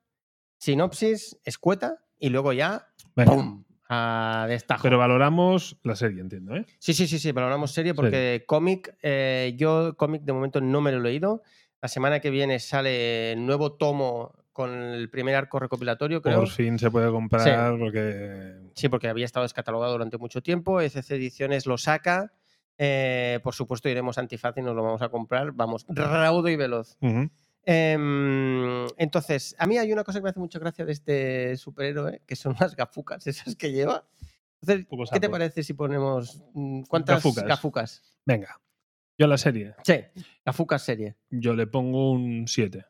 sinopsis, escueta y luego ya, Venga. ¡pum! A destajo. Pero valoramos la serie, entiendo, ¿eh? Sí, sí, sí, sí, valoramos serie porque cómic, eh, yo cómic de momento no me lo he leído. La semana que viene sale nuevo tomo con el primer arco recopilatorio, creo. Por fin se puede comprar porque. Sí, porque había estado descatalogado durante mucho tiempo. ECC Ediciones lo saca. Eh, por supuesto, iremos a Antifaz y nos lo vamos a comprar. Vamos, raudo y veloz. Ujú. Em, entonces, a mí hay una cosa que me hace mucha gracia de este superhéroe, que son las gafucas, esas que lleva. Entonces, Poco ¿qué te sapo. parece si ponemos mm, cuántas Gafucas. gafucas? Venga. Yo a la serie, Sí, gafucas serie, yo le pongo un 7.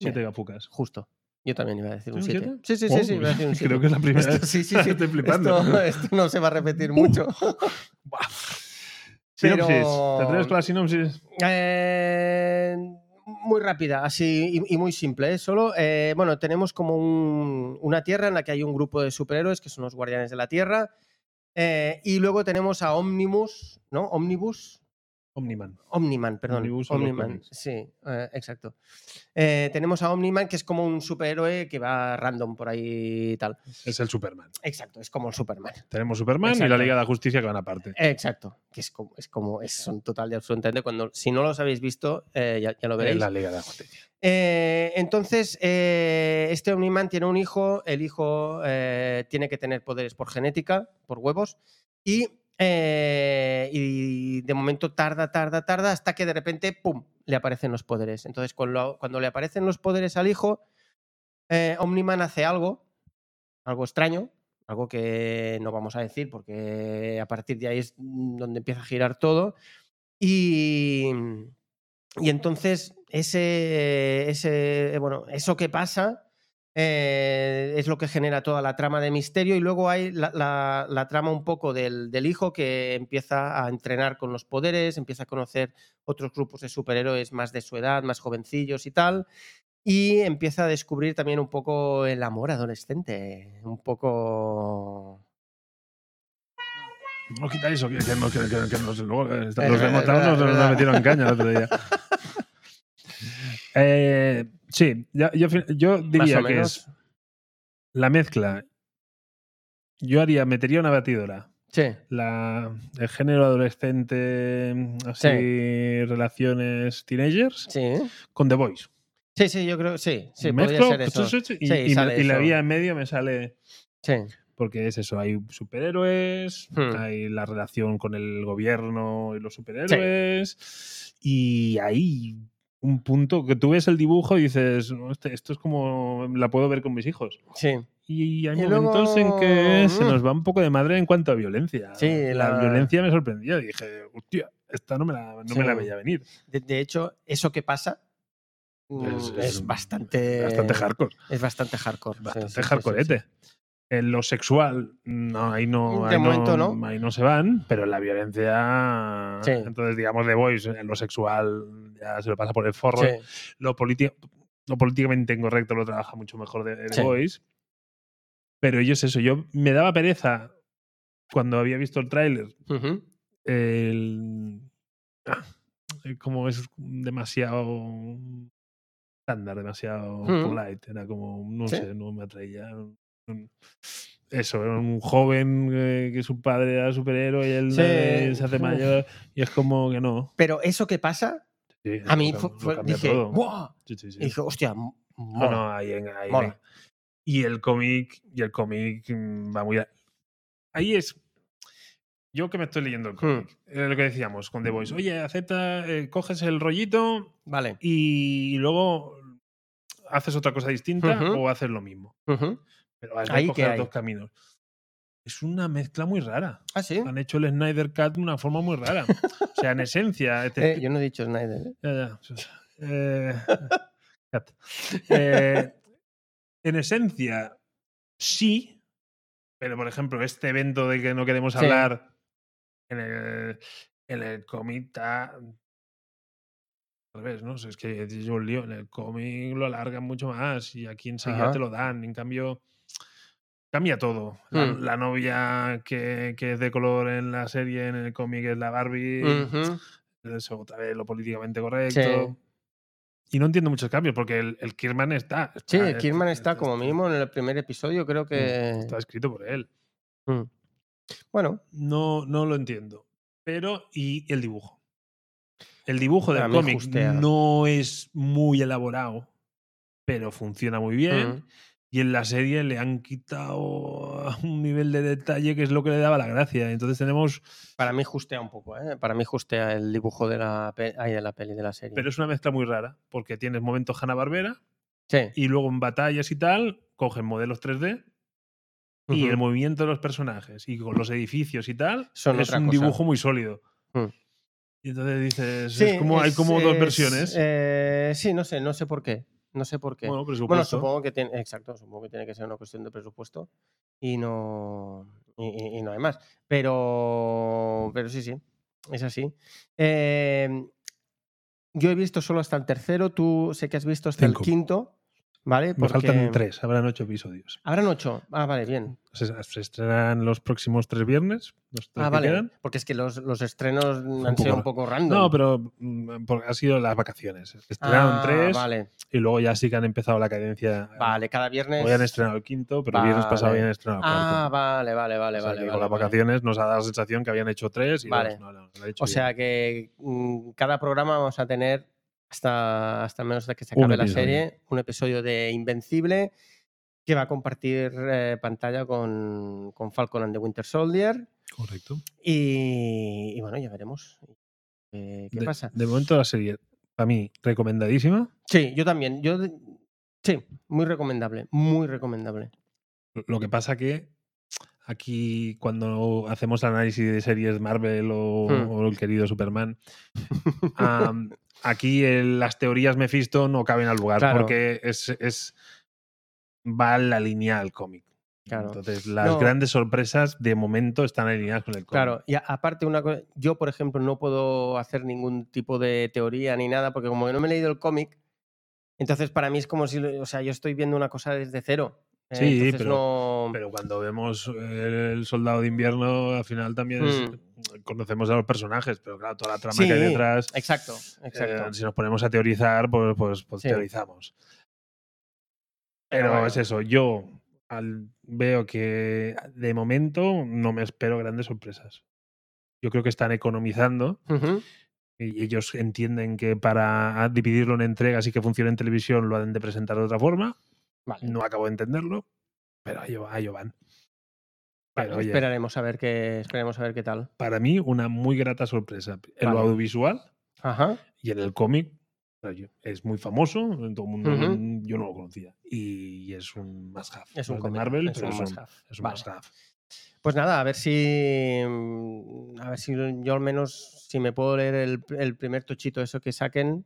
7 Bien. gafucas. justo. Yo también iba a decir un ¿Sí, un 7. Sí, sí, sí, sí, iba a decir Creo un siete. que es la primera Esto- vez. sí, sí, sí. Estoy flipando. Uh. Esto, esto no se va a repetir mucho. Buah. Pero- Sinopsis. ¿Te atreves con la sinopsis? Eh, muy rápida, así y, y muy simple. ¿eh? Solo, eh, bueno, tenemos como un- una tierra en la que hay un grupo de superhéroes que son los guardianes de la tierra. eh, y luego tenemos a Omnibus, ¿no? Omnibus. Omniman. Omniman, perdón. Omnibus son los Omniman, cómics. sí, eh, exacto. Eh, tenemos a Omniman, que es como un superhéroe que va random por ahí y tal. Es el Superman. Exacto, es como el Superman. Tenemos Superman y la Exacto. Liga de la Justicia que van aparte. Exacto, que es como, es como, es un total y absolutamente. Cuando, si no los habéis visto, eh, ya, ya lo Es veréis. la Liga de la Justicia. Eh, entonces, eh, este Omniman tiene un hijo, el hijo eh, tiene que tener poderes por genética, por huevos, y, eh, y de momento tarda, tarda, tarda, hasta que de repente, ¡pum!, le aparecen los poderes. Entonces, con lo- cuando le aparecen los poderes al hijo, eh, Omniman hace algo, algo extraño, algo que no vamos a decir, porque a partir de ahí es donde empieza a girar todo, y... Y entonces, ese, ese, bueno, eso que pasa eh, es lo que genera toda la trama de misterio. Y luego hay la, la- la trama un poco del, del hijo que empieza a entrenar con los poderes, empieza a conocer otros grupos de superhéroes más de su edad, más jovencillos y tal. Y empieza a descubrir también un poco el amor adolescente, un poco No quita eso, que, que nos- que- que- que nos- luego, eh, los Es verdad, Demon es Town verdad, nos, es nos verdad. metieron en caña el otro día. Eh, sí, ya- yo, fi- yo diría más o que menos. es la mezcla. Yo haría, metería una batidora. Sí, La, el género adolescente, mm, así, relaciones teenagers, sí. ¿eh? con The Voice. Sí, sí, yo creo, sí, sí, podría Mezclo, ser eso. Sí, y, Sí, y me- sale y la eso. vía en medio me sale. sí, Porque es eso, hay superhéroes, Hmm. hay la relación con el gobierno y los superhéroes, y hay un punto que tú ves el dibujo y dices, "No, este- esto es como, la puedo ver con mis hijos. Y hay Y momentos en que luego- mm. se nos va un poco de madre en cuanto a violencia. Sí, la... la- violencia me sorprendía, dije, hostia, esta no me la, no me Sí. la veía venir. De, de hecho, eso que pasa mm, Es- es, es un- bastante. Bastante hardcore, Es bastante hardcore. sí, bastante ¿eh? sí, sí, sí, hardcoreete. sí. En lo sexual, no, ahí no, De ahí momento no, no. ahí no se van, pero en la violencia, Sí. entonces digamos de Voice, en lo sexual ya se lo pasa por el forro. Sí, Lo, politi- lo políticamente incorrecto lo trabaja mucho mejor de, de Sí. Voice. Pero ellos eso, yo me daba pereza cuando había visto el tráiler, ujú, el ah, como es demasiado estándar, demasiado Mm. polite, era como no Sí. sé, no me atraía. Un- Eso, era un joven eh, que su padre era superhéroe y él Sí. eh, se hace Uf. mayor y es como que no. Pero eso que pasa, Sí, a mí lo fue- cam- lo fue- cambia dije, todo. ¡buah! Sí, sí, sí. Y dije, hostia, m- No, mola. Ah, no, ahí en- ahí Mola. en- Y el cómic, y el cómic mm, va muy... a- Ahí es... Yo que me estoy leyendo el Hmm. cómic, eh, lo que decíamos con The Mm. Voice. Oye, acepta, eh, coges el rollito Vale. y luego haces otra cosa distinta Ujú. o haces lo mismo. ujú. Pero has de Ahí que coger hay. dos caminos. Es una mezcla muy rara. Ah, sí. Han hecho el Snyder Cut de una forma muy rara. O sea, en esencia, este- Eh, yo no he dicho Snyder. ¿eh? ya, ya. Eh, cat. Eh, en esencia, sí, pero por ejemplo, este evento de que no queremos Sí. hablar en el, en el cómic está Al revés, ¿no? O sea, es que yo un lío. En el cómic lo alargan mucho más y aquí enseguida Ajá. te lo dan. En cambio, cambia todo. La, Mm. la novia que, que es de color en la serie, en el cómic es la Barbie. Ujú. eso, otra vez lo políticamente correcto. Y no entiendo muchos cambios porque el, el Kirman está. Sí, está- Kirman está como mínimo en el primer episodio, creo que... Está escrito por él. Bueno, No, no lo entiendo. Pero, y el dibujo. El dibujo Para del mí cómic justea. no es muy elaborado, pero funciona muy bien. mm, Y en la serie le han quitado un nivel de detalle que es lo que le daba la gracia. Entonces tenemos. para mí justea un poco, ¿eh? Para mí justea el dibujo de la, pe- ay, de la peli, de la serie. Pero es una mezcla muy rara, porque tienes momentos Hanna Barbera sí. y luego en batallas y tal, cogen modelos 3D y Ujú. el movimiento de los personajes y con los edificios y tal, Son es otra un cosa. dibujo muy sólido. Mm. Y entonces dices, Sí, es como, hay es- como dos es, versiones. eh, sí, no sé, no sé por qué. No sé por qué. Bueno, por Bueno, supuesto. supongo que tiene, exacto, supongo que tiene que ser una cuestión de presupuesto y no, y, y- y no hay más. Pero, pero sí, sí, es así. Eh, yo he visto solo hasta el tercero, tú sé que has visto hasta Cinco. el quinto, ¿vale? Me faltan Porque- tres, habrán ocho episodios. Habrán ocho. Ah, vale, bien. Se, se estrenarán los próximos tres viernes. Los tres Ah, que vale. quedan. Porque es que los, los estrenos han poco sido ra- un poco random. No, pero mm, porque ha sido las vacaciones. Se Estrenaron Ah, tres Vale, y luego ya sí que han empezado la cadencia. vale, cada viernes. Hoy han estrenado el quinto, pero el viernes Vale. pasado habían estrenado el Ah, cuarto. vale, vale, vale, O sea, vale. que vale, con las vale. vacaciones nos ha dado la sensación que habían hecho tres y Vale. dos. No, no, lo han hecho O bien. sea que mm, cada programa vamos a tener hasta, hasta menos hasta que se Un acabe la episodio. serie, un episodio de Invencible que va a compartir eh, pantalla con, con Falcon and the Winter Soldier. correcto. Y, y bueno, ya veremos eh, qué de, pasa. de momento la serie, para mí, recomendadísima. Sí, yo también. Yo, de- sí, muy recomendable, muy recomendable. Lo que pasa que aquí cuando hacemos análisis de series Marvel o, Hmm. o el querido Superman, am, aquí el- las teorías Mephisto no caben al lugar Claro. porque es, es- va en la línea al cómic. Claro. Entonces las No. grandes sorpresas de momento están alineadas con el cómic. Claro, y a- aparte una cosa, yo por ejemplo no puedo hacer ningún tipo de teoría ni nada porque como no me he leído el cómic, entonces para mí es como si, lo- o sea, yo estoy viendo una cosa desde cero. eh, Sí, entonces pero- no- Pero cuando vemos eh, el soldado de invierno, al final también es- eh, conocemos a los personajes, pero claro, toda la trama que hay Mm. Sí, detrás. Exacto, Eh, exacto. si nos ponemos a teorizar, pues, pues, pues Sí. teorizamos. Pero Ah, bueno. es eso, yo al- veo que de momento no me espero grandes sorpresas. Yo creo que están economizando Ujú, y ellos entienden que para dividirlo en entregas y que funcione en televisión lo han de presentar de otra forma. Vale. No acabo de entenderlo, pero ahí va- ahí van. Vale, Pero, oye, esperaremos a ver qué, esperemos a ver qué tal. para mí una muy grata sorpresa. En lo Vale. audiovisual, Ajá. Y en el cómic claro, yo- es muy famoso, en todo el mundo, Ujú. yo no lo conocía. Y es un must have. Es No un de cómic, Marvel, es pero un es un, must-have. es un Vale. must have. Pues nada, a ver si. mm, A ver si yo al menos. Si me puedo leer el, el primer tochito, eso que saquen.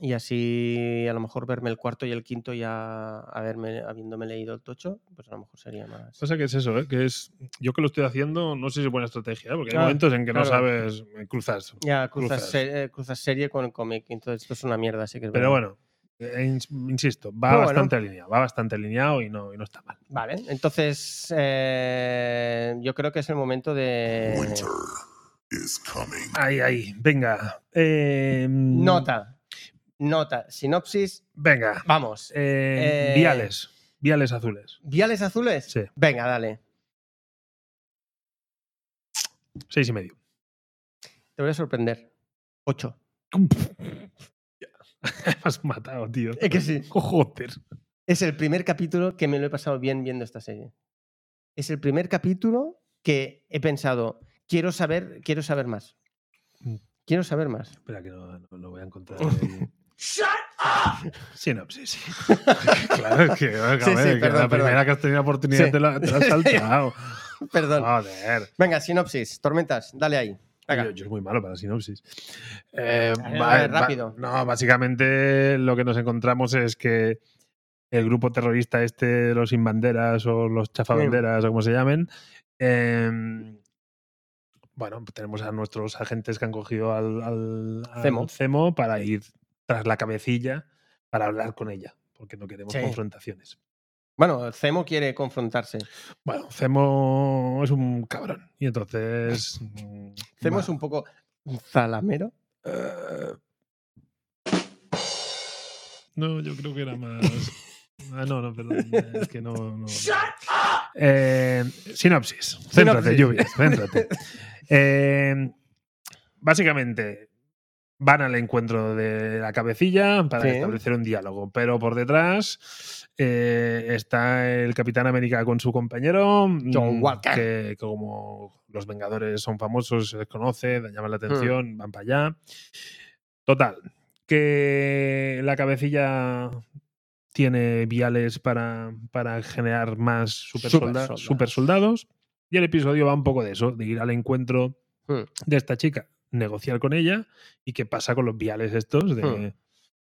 Y así a lo mejor verme el cuarto y el quinto ya haberme, habiéndome leído el tocho, pues a lo mejor sería más. Pasa que es eso, ¿eh? que es yo que lo estoy haciendo, no sé si es buena estrategia, ¿eh? porque hay Ah, momentos en que no claro. Mm, sabes, eh, cruzas. Ya cruzas, cruzas. se- eh, cruzas serie con el cómic, entonces esto es una mierda, así que. es Pero verdad. bueno, eh, ins- insisto, va Pero bueno. bastante alineado, va bastante alineado y no, y no está mal. Vale, entonces eh, yo creo que es el momento de. Winter is coming. Ahí, ahí, venga. eh, Nota. Nota. Sinopsis. Venga. Vamos. eh, Eh, viales, viales azules. ¿Viales azules? Sí. Venga, dale. Seis y medio. Te voy a sorprender. Ocho. Me has matado, tío. Es que sí. Joder. Es el primer capítulo que me lo he pasado bien viendo esta serie. Es el primer capítulo que he pensado, quiero saber, quiero saber más. Mm. Quiero saber más. Espera que no, no- no voy a encontrar. el- Oh. Sinopsis. claro, es que, oiga, Sí, sí, a ver, que perdón, la perdón. primera que has tenido oportunidad Sí. te la, te la has saltado. Perdón. Joder. Ah. Venga, sinopsis, tormentas, dale ahí. Venga. Yo, yo soy muy malo para sinopsis. Eh, A ver, va- a ver, va- rápido. no, básicamente lo que nos encontramos es que el grupo terrorista este, de los sin banderas o los Mm. chafabanderas o como se llamen, eh, bueno, pues tenemos a nuestros agentes que han cogido al, al- al Cemo. para ir tras la cabecilla para hablar con ella, porque no queremos Sí. confrontaciones. Bueno, Zemo quiere confrontarse. Bueno, Zemo es un cabrón y entonces... mm, Zemo va. es un poco zalamero. Eh, No, yo creo que era más... Ah, no, no, perdón. Es que no... no, no. Eh, sinopsis. Céntrate, Sinopsis. lluvia. Céntrate. Eh, básicamente, van al encuentro de la cabecilla para Sí. establecer un diálogo, pero por detrás eh, está el Capitán América con su compañero, John mm, Walker. que como los Vengadores son famosos, se les conoce, llaman la Hmm. atención, van para allá. Total, que la cabecilla tiene viales para, para generar más super, solda- Supersoldados. super soldados. Y el episodio va un poco de eso, de ir al encuentro Hmm. de esta chica, negociar con ella y qué pasa con los viales estos de Hmm.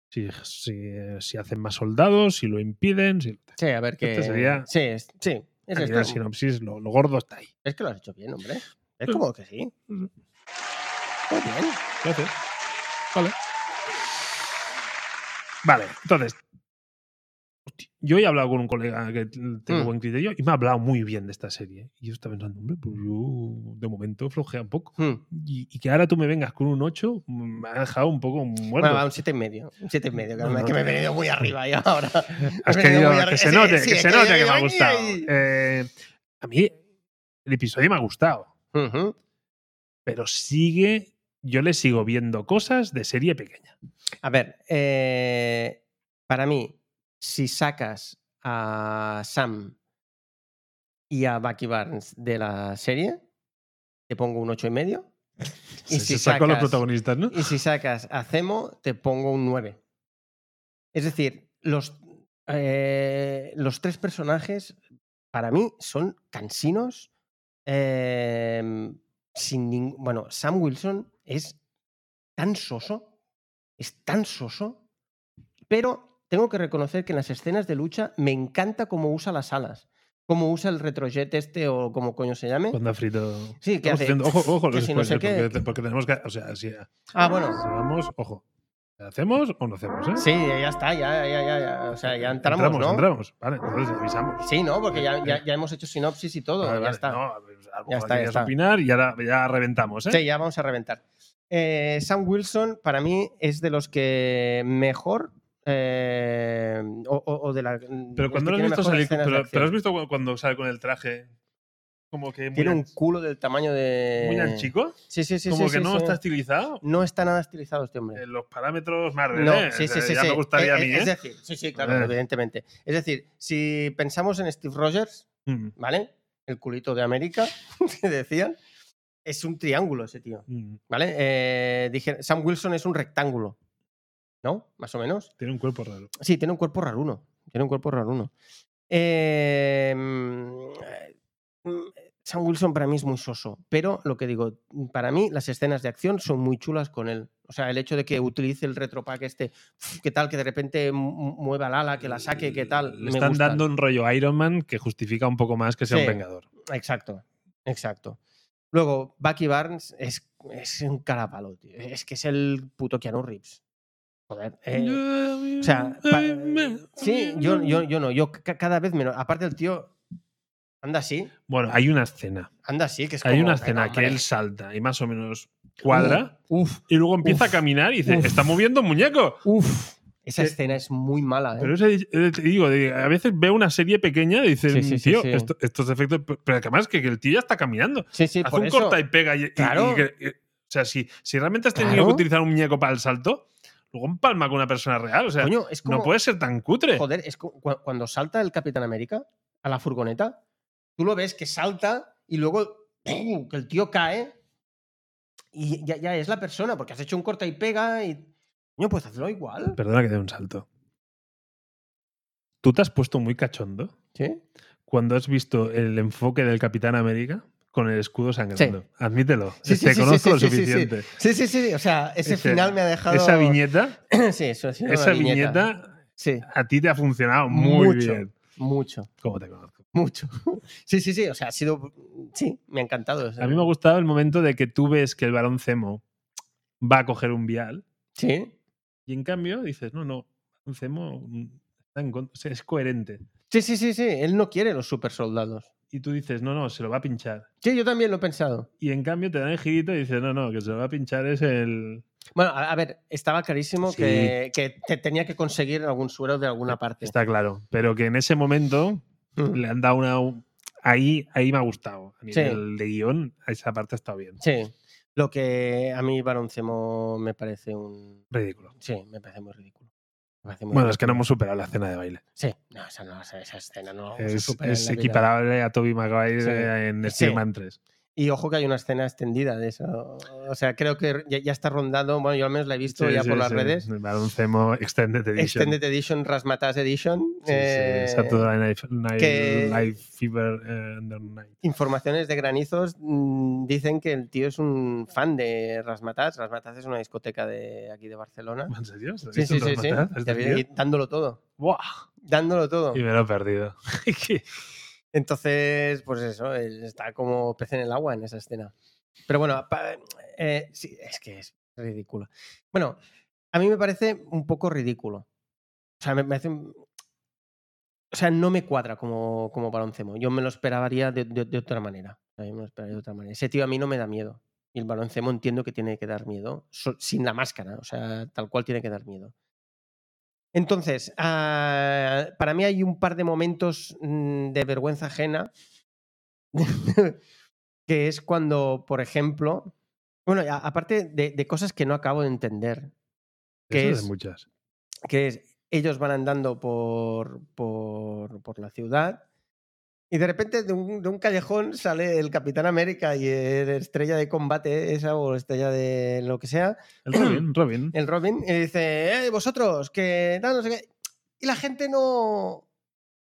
si, si, si hacen más soldados, si lo impiden. Si, Sí, a ver qué. Esto sería- Sí, es- sí. Es, al final, esto. la sinopsis, lo, lo gordo está ahí. Es que lo has hecho bien, hombre. Es Sí. como que sí. Hmm. Muy bien. Gracias. Vale. Vale, entonces. Hostia, Yo he hablado con un colega que t- tiene Mm. buen criterio y me ha hablado muy bien de esta serie. Y yo estaba pensando, hombre, pues yo de momento flojea un poco. Hmm. Y, y que ahora tú me vengas con un 8 me ha dejado un poco muerto. Bueno, va, un 7 y medio. Un 7 y medio, que, No, me- no, que me he no. venido muy arriba ya ahora. Has Me he querido venido muy que arri- se sí, note, sí, que es se note que me ha yo venía gustado. y- Eh, a mí el episodio me ha gustado, Ujú. pero sigue, yo le sigo viendo cosas de serie pequeña. A ver, eh, para mí, si sacas a Sam y a Bucky Barnes de la serie, te pongo un 8 y medio. Y si sacó a los sacas- protagonistas, ¿no? Y si sacas a Cemo, te pongo un 9. Es decir, los, eh, los tres personajes para mí son cansinos. eh, sin ning- bueno, Sam Wilson es tan soso, es tan soso, pero tengo que reconocer que en las escenas de lucha me encanta cómo usa las alas, cómo usa el retrojet este o como coño se llame. Cuando ha frito. Sí, que Estamos hace- haciendo- ojo, ojo, que los si no sé spoilers, qué. porque, porque tenemos que. O sea, si, Ah, bueno, si vamos, ojo. ¿Hacemos o no hacemos? Eh? sí, ya está, ya, ya, ya, ya, o sea, ya entramos, entramos, ¿no? entramos. Vale, entonces avisamos. Sí, no, porque ya, ya- ya hemos hecho sinopsis y todo. Vale, ya vale, está. no, a ver, a lo Ya mejor está, ya querías está. opinar y ahora ya reventamos, ¿eh? Sí, ya vamos a reventar. Eh, Sam Wilson, para mí, es de los que mejor. eh, o, o- o de la. Pero cuando lo has visto salir. Pero, pero has visto cu- cuando sale con el traje. Como que muy, Tiene un an- culo del tamaño de. muy anchico. Sí, sí, sí. como sí, que sí, no sí. está estilizado. No está nada estilizado este hombre. En los parámetros Marvel. No, ¿eh? sí, O sea, sí, sí. Ya sí. me gustaría Eh, a mí, Es ¿eh? decir, sí, sí, claro, Eh. evidentemente. Es decir, si pensamos en Steve Rogers, Mm, ¿vale? El culito de América, que decían. Es un triángulo ese tío, mm. ¿vale? Eh, dije, Sam Wilson es un rectángulo, ¿no? Más o menos. Tiene un cuerpo raro. Sí, tiene un cuerpo raruno. Tiene un cuerpo raruno. Eh, mm, mm, Sam Wilson para mí es muy soso, pero lo que digo, para mí las escenas de acción son muy chulas con él. O sea, el hecho de que utilice el retropack este, uf, que tal, que de repente mu- mueva el ala, Ah, que la saque, que tal. Le me están gusta. dando un rollo Iron Man que justifica un poco más que sea Sí. un Vengador. Exacto, exacto. Luego, Bucky Barnes es, es un carapalo, tío. Es que es el puto Keanu Reeves. Joder. eh, o sea, pa- eh, sí, yo, yo, yo no, yo ca- cada vez menos. Aparte, el tío anda así, Bueno, hay una escena. anda así, que es Hay como, una "Venga, escena que hombre". Uh, él salta y más o menos cuadra Uf, y luego empieza Uf. a caminar y dice, Uf. está moviendo un muñeco. uf. Esa Eh, escena es muy mala, ¿eh? Pero eso he- eh, te digo, de- a veces veo una serie pequeña y dices, Sí, sí, sí, tío, sí. esto- estos efectos, pero que además que, que el tío ya está caminando. sí, sí, Hace por un eso. corta y pega. y- y- Claro. y que- y- o sea, si, si realmente has tenido Claro. que utilizar un muñeco para el salto, luego empalma con una persona real. O sea, Coño, es como, no puede ser tan cutre. Joder, es cu- cu- cuando salta el Capitán América a la furgoneta, tú lo ves que salta y luego ¡pum!, que el tío cae y ya, ya es la persona, porque has hecho un corta y pega y. No, pues hazlo igual. Perdona que dé un salto. ¿Tú te has puesto muy cachondo? ¿Sí? cuando has visto el enfoque del Capitán América con el escudo sangrando. Admítelo. Sí, sí, te sí, conozco sí, lo sí, sí, sí. suficiente. Sí, sí, sí. O sea, ese Ese- final me ha dejado. Esa viñeta, sí, eso ha sido una esa viñeta, Sí, a ti te ha funcionado muy Mucho. bien. mucho, Como te conozco. mucho. Sí, sí, sí. O sea, ha sido. Sí, me ha encantado. A mí me ha gustado el momento de que tú ves que el varón Cemo va a coger un vial Sí. Y en cambio dices, no, no, Zemo mm, está en contra- o sea, es coherente. Sí, sí, sí, sí. Él no quiere los super soldados. Y tú dices, no, no, se lo va a pinchar. Sí, yo también lo he pensado. Y en cambio te dan el girito y dices, no, no, que se lo va a pinchar es el... Bueno, a, a ver, estaba clarísimo Sí. que, que te tenía que conseguir algún suero de alguna parte. Está claro. Pero que en ese momento Mm. le han dado una... Ahí, ahí me ha gustado. A Sí. nivel de guión, esa parte ha estado bien. Sí. Lo que a mí Baroncemo me parece un. Ridículo. Sí, me parece muy ridículo. Me parece muy Bueno, es que no hemos superado la escena de baile. Sí, no, esa, no, esa, esa escena no. la vamos a Es, superar en es la vida. equiparable a Toby Maguire Sí. eh, en Sí. Spider-Man 3. Y ojo que hay una escena extendida de eso. O sea, creo que ya, ya está rondado. Bueno, yo al menos la he visto Sí, ya sí, por las sí. redes. El Baloncemo Extended Edition. Extended Edition, Rasmatas Edition. Sí, sí, eh, Saturday Night, Night- que- Night Fever eh, Under Night. informaciones de granizos mm, dicen que el tío es un fan de Rasmatas. Rasmatas es una discoteca de aquí de Barcelona. ¿En serio? ¿Has Sí, visto sí, el sí, sí. Razzmatazz? ¿Has Ya vi- Y decidido? dándolo todo. ¡Buah! Dándolo todo. Y me lo he perdido. Entonces, pues eso, él está como pez en el agua en esa escena. Pero bueno, pa- eh, sí, es que es ridículo. Bueno, a mí me parece un poco ridículo. O sea, me, me hace... un- O sea, no me cuadra como, como Baloncemo. Yo me lo esperaría de, de- de otra manera. A mí me lo esperaría de otra manera. Ese tío a mí no me da miedo. Y el Baloncemo entiendo que tiene que dar miedo, so- sin la máscara. O sea, tal cual tiene que dar miedo. Entonces, ah, para mí hay un par de momentos mm, de vergüenza ajena, que es cuando, por ejemplo, bueno, y a- aparte de, de cosas que no acabo de entender, ¿Qué Eso es? de muchas. que es, ellos van andando por, por, por la ciudad y de repente de un, de un callejón sale el Capitán América y el estrella de combate esa o estrella de lo que sea El Robin, Robin. el Robin y dice, eh, vosotros, que tal, no sé qué. Y la gente no,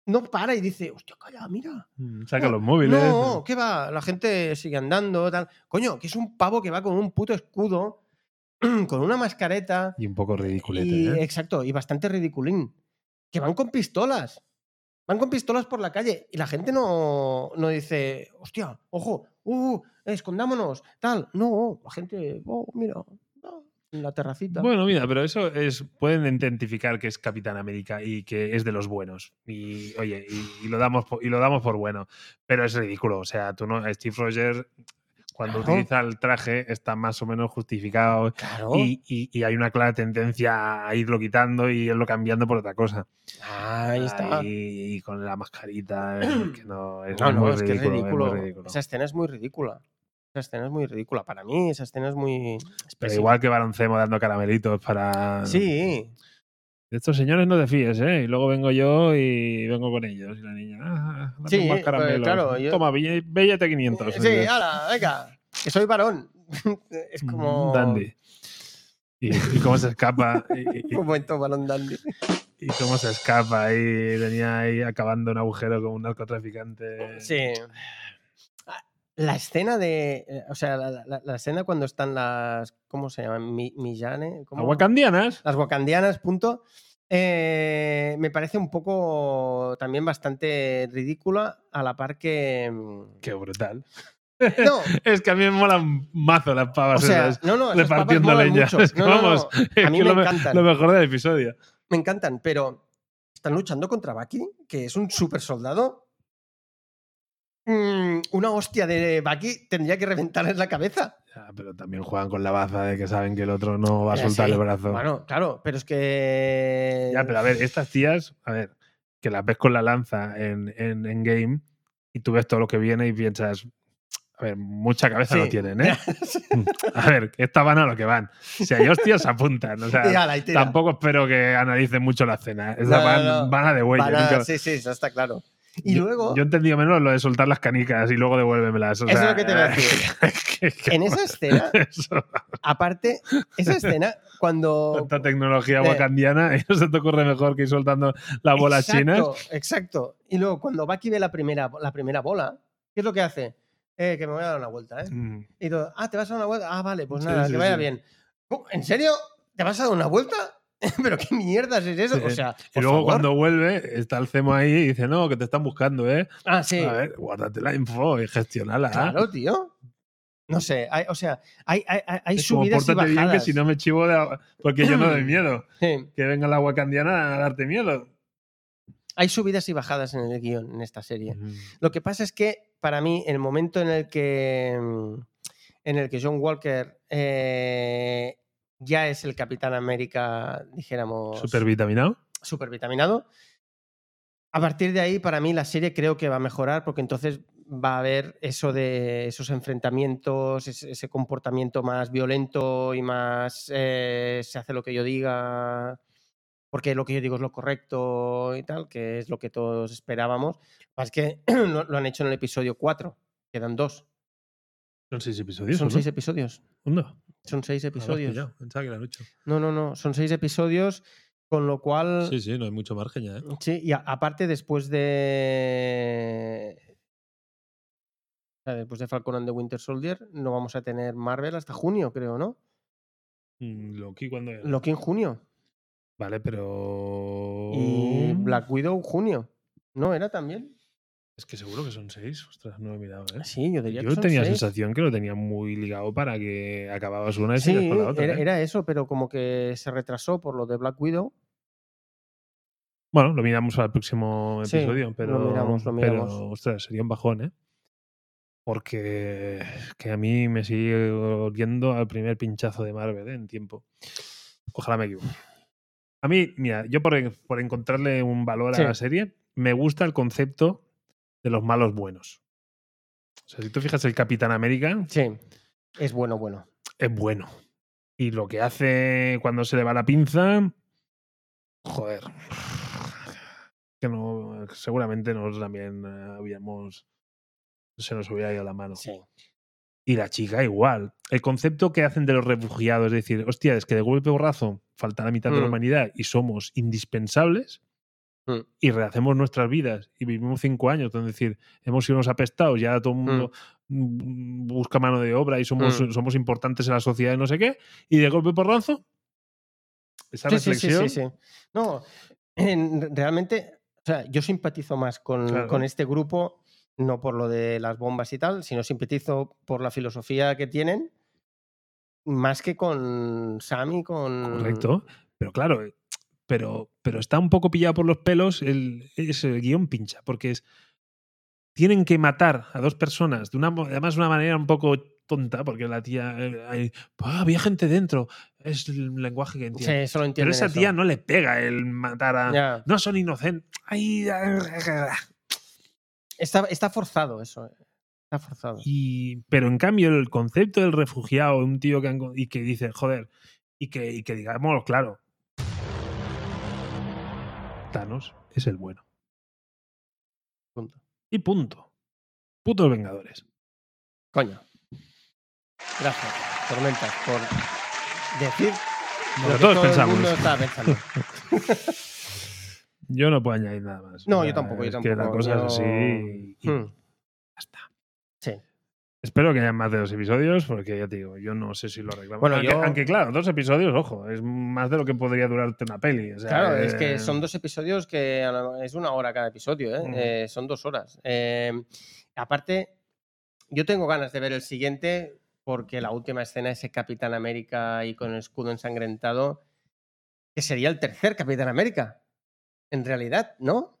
no para y dice, hostia, calla, mira. Mm, Saca No, los móviles. No, ¿qué va? La gente sigue andando, tal. Coño, que es un pavo que va con un puto escudo, con una mascareta. Y un poco ridiculete. y- ¿eh? Exacto, y bastante ridiculín. Que van con pistolas. Van con pistolas por la calle y la gente no, no dice, hostia, ojo, uh, escondámonos, tal. No, la gente, oh, mira, ah, en la terracita. Bueno, mira, pero eso es. Pueden identificar que es Capitán América y que es de los buenos. Y oye, y, y lo, damos por, y lo damos por bueno. Pero es ridículo. O sea, tú no. Steve Rogers, cuando Claro. utiliza el traje, está más o menos justificado. Claro. Y, y- y hay una clara tendencia a irlo quitando y irlo cambiando por otra cosa. Ahí está. Y, y con la mascarita, eh, que no es, no, no, muy es que es ridículo, es muy ridículo. ridículo. Esa escena es muy ridícula. Esa escena es muy ridícula. Para mí, esa escena es muy. Pero expresiva. igual que Balancemo dando caramelitos para. Sí. De estos señores no te fíes, ¿eh? Y luego vengo yo y vengo con ellos. Y la niña, ah, dame Sí, más eh, caramelos. claro, yo- Toma, bille- billete 500. Sí, ala, venga. Que soy varón. es como. Mm, Dandy. Y, y cómo se escapa. y, y- Un momento, varón dandy. y cómo se escapa. ahí, venía ahí acabando un agujero con un narcotraficante. Sí. Ah, La escena de. eh, O sea, la, la- la escena cuando están las. ¿Cómo se llaman? Mi, Millane. ¿cómo? Aguacandianas. las wakandianas, punto. Eh, me parece un poco también bastante ridícula a la par que... mm, Qué brutal. No, Es que a mí me molan mazo las o pavas sea, esas. no, no, esas papas repartiendo molan leña. mucho. Es que No, no, no, vamos, a es mí que me lo, me- encantan, lo mejor del episodio. me encantan, pero están luchando contra Bucky, que es un super soldado. Mm, una hostia de Bucky tendría que reventarles la cabeza. Ya, Ah, pero también juegan con la baza de que saben que el otro no va a Eh, soltar sí. el brazo. Bueno, claro, pero es que... Ya, pero a ver, estas tías, a ver, que las ves con la lanza en, en, en game y tú ves todo lo que viene y piensas, a ver, mucha cabeza Sí. no tienen, ¿eh? a ver, que estas van a lo que van. Si hay hostias, se apuntan. O Y sea, ala, y tira. tampoco espero que analicen mucho la escena. Esas No, no, van, no. van a de huella. Van a- nunca- Sí, sí, eso está claro. Y Yo- luego... Yo he entendido menos lo de soltar las canicas y luego devuélvemelas. o Eso es sea, lo que te voy a decir. que- que- En esa escena, eso, aparte, esa escena cuando. tanta tecnología Eh. wakandiana y no se te ocurre mejor que ir soltando las bolas exacto, chinas. Exacto. Y luego, cuando Bucky ve la primera, la primera bola, ¿qué es lo que hace? Eh, que me voy a dar una vuelta, ¿eh? Mm. Y todo, ah, te vas a dar una vuelta. Ah, vale, pues Sí, nada, sí, que vaya sí. bien. "Oh, ¿En serio? ¿Te vas a dar una vuelta? ¿Pero qué mierdas es eso? O Sí. sea, Y por luego favor. cuando vuelve, está el Cemo ahí y dice, no, que te están buscando, ¿eh? Ah, sí. A ver, guárdate la info y gestionala. Claro, tío. No sé, hay- o sea, hay, hay, hay- hay Es como subidas y pórtate bien que bajadas. si no me chivo de agua- porque yo no doy miedo. Sí, Que venga la aguacandiana a darte miedo. hay subidas y bajadas en el guión, en esta serie. Lo que pasa es que para mí el momento en el que mm, en el que John Walker eh, ya es el Capitán América, dijéramos, Super vitaminado. supervitaminado, a partir de ahí para mí la serie creo que va a mejorar porque entonces va a haber eso de esos enfrentamientos, es- ese comportamiento más violento y más eh, se hace lo que yo diga porque lo que yo digo es lo correcto y tal, que es lo que todos esperábamos. Lo que pasa es que lo, lo han hecho en el episodio 4, quedan dos. Son seis episodios. son ¿o no? seis episodios. ¿Onda? Ah, lo Son seis has episodios. pillado, Pensaba que eran ocho. No, no, no. Son seis episodios, con lo cual. Sí, sí, no hay mucho margen ya. ¿eh? Sí, y a- aparte después de... o sea, Después de Falcon and the Winter Soldier no vamos a tener Marvel hasta junio, creo, ¿no? Mm, Loki cuando era. Loki en junio Vale, pero. Oh. y Black Widow junio. ¿No era también? Es que seguro que son seis. Ostras, no he mirado, ¿eh? Sí, yo diría Yo que son tenía la seis. sensación que lo tenía muy ligado para que acababas una y Sí, seguías con la otra. era, ¿eh? era eso, pero como que se retrasó por lo de Black Widow. Bueno, lo miramos al próximo Sí, episodio, pero, lo miramos, lo pero, miramos. ostras, sería un bajón, ¿eh? Porque es que a mí me sigue oliendo al primer pinchazo de Marvel ¿eh? en tiempo. Ojalá me equivoque. A mí, mira, yo por, por encontrarle un valor Sí. a la serie, me gusta el concepto de los malos buenos. O sea, si tú fijas el Capitán América, Sí, es bueno, bueno. es bueno. Y lo que hace cuando se le va la pinza. Joder. Que no. Seguramente nosotros también eh, habíamos. Se nos hubiera ido la mano. Sí. Y la chica igual. El concepto que hacen de los refugiados, es decir, hostia, es que de golpe borrazo falta la mitad de la Mm. humanidad y somos indispensables Mm. y rehacemos nuestras vidas y vivimos cinco años, donde decir, hemos sido unos apestados y ahora todo el mundo mm, busca mano de obra y somos, Mm. somos importantes en la sociedad y no sé qué, y de golpe borrazo, esa Sí, sí, sí, reflexión. sí, sí. No, en- realmente, o sea, yo simpatizo más con, Claro. con este grupo, no por lo de las bombas y tal, sino simpatizo por la filosofía que tienen, más que con Sam y con. Correcto. Pero claro, eh, pero, pero está un poco pillado por los pelos el, es el guión pincha, porque es. Tienen que matar a dos personas, de una, mo- además de una manera un poco tonta, porque la tía. eh, hay- "Ah, había gente dentro. Es el lenguaje que Sí, entiende. eso lo entiendo. pero esa tía no le pega el matar a. Ya. No son inocentes. Ay, Está, está forzado eso. eh. Está forzado. Y, pero en cambio, el concepto del refugiado, un tío que, han con- y que dice, joder, y que, y que digamos, claro, Thanos es el bueno. Punto. Y punto. Putos Vengadores. Coño. Gracias, Tormentas, por decir. lo Nosotros que todo pensamos. El mundo estaba pensando. Yo no puedo añadir nada más. O No, sea, yo tampoco, yo es que la tampoco, cosa yo- es así. y Hmm, ya está. Sí. Espero que haya más de dos episodios, porque ya te digo, yo no sé si lo arreglamos. Bueno, aunque, yo- aunque, claro, dos episodios, ojo, es más de lo que podría durarte una peli. o sea, Claro, es eh, que son dos episodios que a la- es una hora cada episodio, ¿eh? Ujú. Eh, son dos horas. Eh, aparte, yo tengo ganas de ver el siguiente porque la última escena, ese Capitán América y con el escudo ensangrentado, que sería el tercer Capitán América, en realidad, ¿no?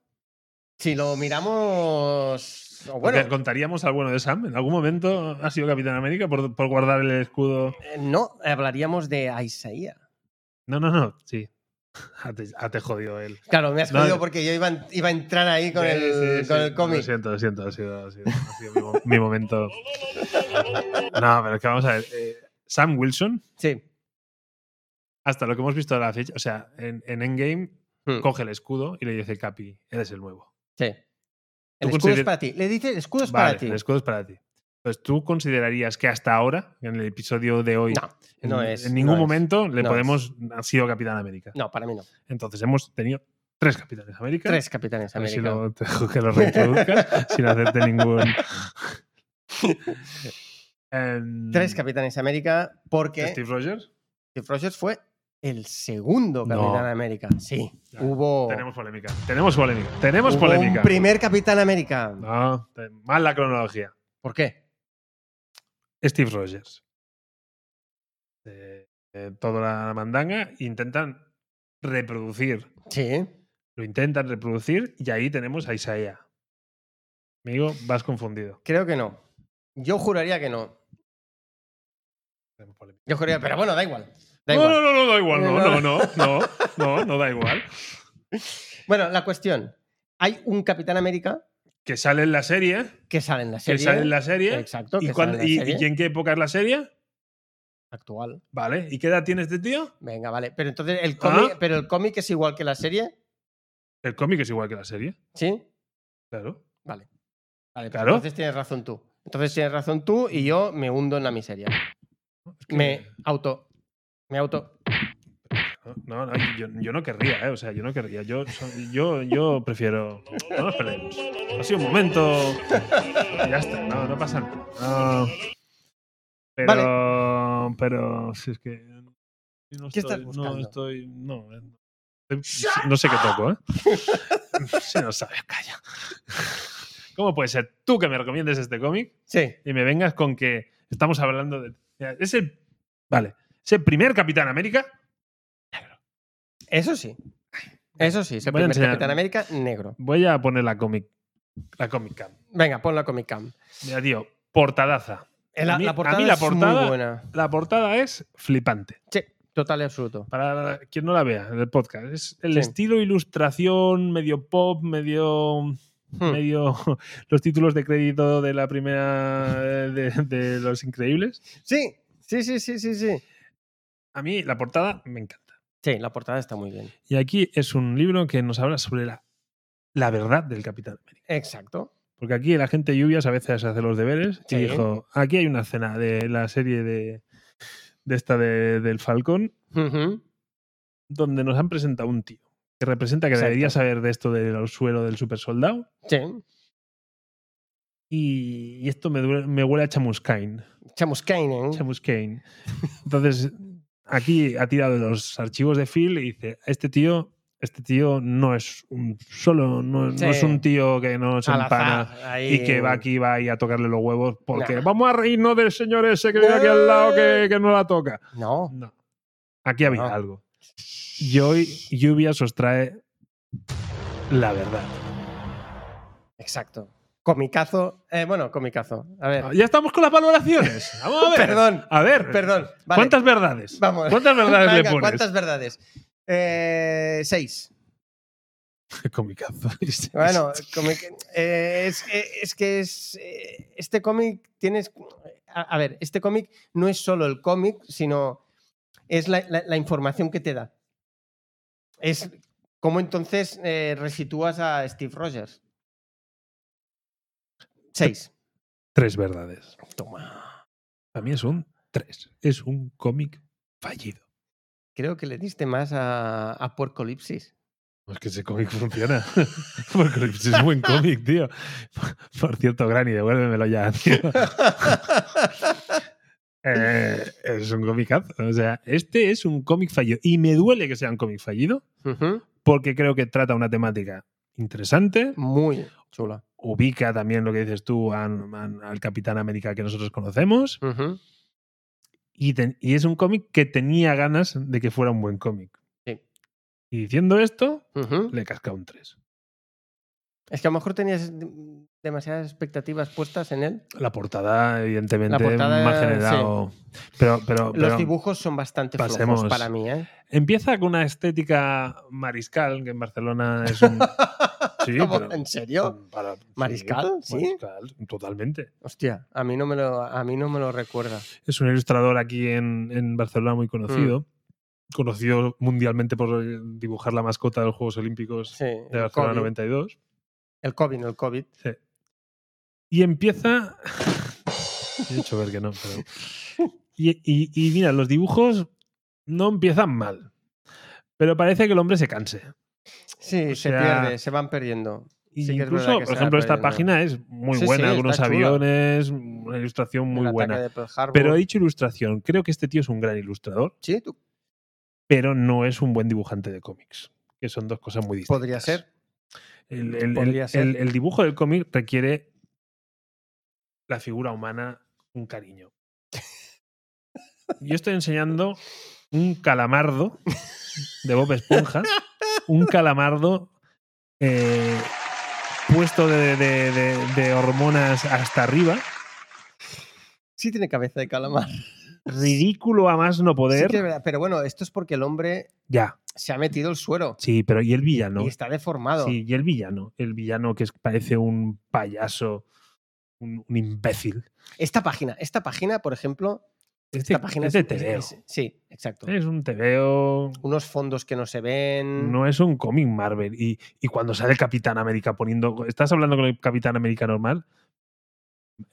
Si lo miramos... o Porque Bueno, contaríamos al bueno de Sam. En algún momento ha sido Capitán América por, por guardar el escudo. eh, no, hablaríamos de Isaiah. No, no, no. Sí. Ah, te, ah, te jodido él. Claro, me has No, jodido no. porque yo iba, a- iba a entrar ahí con Sí, el, sí, con sí. el cómic. Lo siento, lo siento. Ha sido, ha sido- ha sido mi, mo- mi momento. No, pero es que vamos a ver. eh, Sam Wilson, Sí. hasta lo que hemos visto a la fecha, o sea, en, en Endgame, Hmm. coge el escudo y le dice Capi, eres el nuevo. Sí. El escudo consider- es para ti. Le dice, el escudo es Vale, para ti. el escudo es para ti. Pues tú considerarías que hasta ahora, en el episodio de hoy, No, en, no es. en ningún no es. momento le no podemos. Ha sido Capitán América. No, para mí no. Entonces hemos tenido tres capitanes América. Tres capitanes A ver si América. lo, te dejo que lo reintroduzcas sin hacerte ningún. Em, Tres capitanes América porque Steve, Steve Rogers. Rogers fue el segundo capitán No. América. Sí. Ya, hubo Tenemos polémica. Tenemos polémica. Tenemos hubo polémica. un primer capitán América. No, te- mal la cronología. ¿Por qué? Steve Rogers. Eh, eh, toda la mandanga, intentan reproducir Sí. lo intentan reproducir y ahí tenemos a Isaías. Amigo, vas confundido. Creo que no. Yo juraría que no. Yo juraría, pero bueno, da igual. Da no, igual. no, no, no, da igual, no, no, no, no, no, no da igual. Bueno, la cuestión. Hay un Capitán América Que sale en la serie, que sale en la que serie. sale en la serie. Exacto. ¿Y, que cuándo- sale en y- la serie y en qué época es la serie? actual. Vale, ¿y qué edad tiene este tío? Venga, vale. Pero entonces el cómic, Ah. pero el cómic es igual que la serie, El cómic es igual que la serie, ¿sí? claro. Vale. Vale, pues Claro. entonces tienes razón tú. Entonces tienes razón tú y yo me hundo en la miseria. Es que- Me auto. Me auto. No, no, yo, yo no querría, ¿eh? O sea, yo no querría. Yo, soy- yo, yo prefiero. No nos peleemos. Ha sido un momento. Y Ya está, no, no pasa nada. No. Pero. Pero. Si es que. No ¿Qué estás estoy- buscando? No estoy. No, eh, no. Estoy- no sé qué toco, ¿eh? Si no sabes, calla. ¿Cómo puede ser tú que me recomiendes este cómic Sí. y me vengas con que estamos hablando de. Es el. Vale. Es el primer Capitán América. Eso sí. Eso sí, es el Voy a primer enseñar. Capitán América negro. Voy a poner la comic. La comic cam. Venga, pon la Comic Cam. Mira, tío, portadaza. Eh, La, A mí- la a mí portada la es muy portada- buena. La portada es flipante. Sí, total y absoluto. Para quien no la vea, el podcast. Es el Sí. estilo ilustración, medio pop, medio. Hmm. medio. los títulos de crédito de la primera. eh, de, de Los Increíbles. Sí, sí, sí, sí, sí, sí. A mí la portada me encanta. Sí, la portada está muy bien. Y aquí es un libro que nos habla sobre la, la verdad del Capitán América. Exacto. Porque aquí la gente lluvias a veces hace los deberes Sí. y dijo: aquí hay una escena de la serie de. de esta de- del Falcón Ujú. donde nos han presentado un tío que representa que Exacto. debería saber de esto del suelo del super soldado. Sí. Y, y esto me, duele- me huele a chamuscain. Chamuscainen. chamuscain. Entonces, aquí ha tirado de los archivos de Phil y dice: Este tío. Este tío no es un solo, no, no Sí. es un tío que no se Al empana azar, ahí. y que va aquí va ahí a tocarle los huevos porque Eh, Nah. vamos a reírnos del señor ese que vive aquí al lado que, que no la toca. No. No. Aquí había No. algo. Y hoy Lluvias os trae la verdad. Exacto. Comicazo. Eh, bueno, comicazo. A ver. Ya estamos con las valoraciones. Vamos a ver. Perdón. A ver. Perdón. Vale. eh, ¿Cuántas verdades? Vamos. ¿Cuántas verdades le Venga, pones? ¿Cuántas verdades? Eh, seis. Comicazo. Bueno, cómic- eh, es, eh, es que es, eh, este cómic tienes... A, a ver, este cómic no es solo el cómic, sino es la, la- la información que te da. Es cómo entonces eh, resitúas a Steve Rogers. Seis. Tres verdades. Toma. A mí es un tres. Es un cómic fallido. Creo que le diste más a, a Porcolipsis. Es Pues que ese cómic funciona. Porque es buen cómic, tío. Por cierto, Granny, devuélvemelo ya, tío. Eh, es un comicazo. O sea, este es un cómic fallido. Y me duele que sea un cómic fallido Ujú. porque creo que trata una temática interesante. Muy chula. Ubica también lo que dices tú a- a- al Capitán América que nosotros conocemos. Ujú. Y, ten- y es un cómic que tenía ganas de que fuera un buen cómic. Sí. Y diciendo esto, Ujú. le casca un 3. Es que a lo mejor tenías de- demasiadas expectativas puestas en él. La portada, evidentemente, La portada, me ha generado. Pero, pero, Los pero dibujos son bastante pasemos. flojos para mí, ¿eh? empieza con una estética mariscal, que en Barcelona es un. Sí, ¿Cómo? pero- ¿En serio? Para- ¿Mariscal? ¿Sí? Mariscal, totalmente. Hostia, a mí no me lo, a mí no me lo recuerda. Es un ilustrador aquí en, en Barcelona muy Mm. conocido. Conocido mundialmente por eh, dibujar la mascota de los Juegos Olímpicos Sí, de el Barcelona COVID, 92. el COVID, no el COVID. Y empieza. He hecho ver que no, pero- Y, y- y mira, los dibujos no empiezan mal. Pero parece que el hombre se canse. Sí, O se sea, pierde, se van perdiendo. Y Sí que es incluso, verdad que por se ejemplo, va esta perdiendo. página es muy Sí, buena, sí, algunos está chula. aviones, una ilustración muy el buena. ataque de Pearl Harbor. Pero he dicho ilustración, creo que este tío es un gran ilustrador, sí, tú- pero no es un buen dibujante de cómics, que son dos cosas muy distintas. podría ser. El, el- el- Podría ser. el- el dibujo del cómic requiere la figura humana, un cariño. Yo estoy enseñando un calamardo de Bob Esponja. Un calamardo eh, puesto de, de- de- de hormonas hasta arriba. Sí tiene cabeza de calamar. Ridículo a más no Sí poder. que es verdad, pero bueno, esto es porque el hombre Ya, se ha metido el suero sí, pero ¿y el villano? y está deformado. Sí, y el villano. El villano que es- parece un payaso, un, un imbécil. Esta página, esta página, por ejemplo, Este, esta página es de es- TVO. es- sí, exacto. Es un TVO. Unos fondos que no se ven. No es un cómic Marvel. Y, y cuando sale Capitán América poniendo. ¿Estás hablando con el Capitán América normal?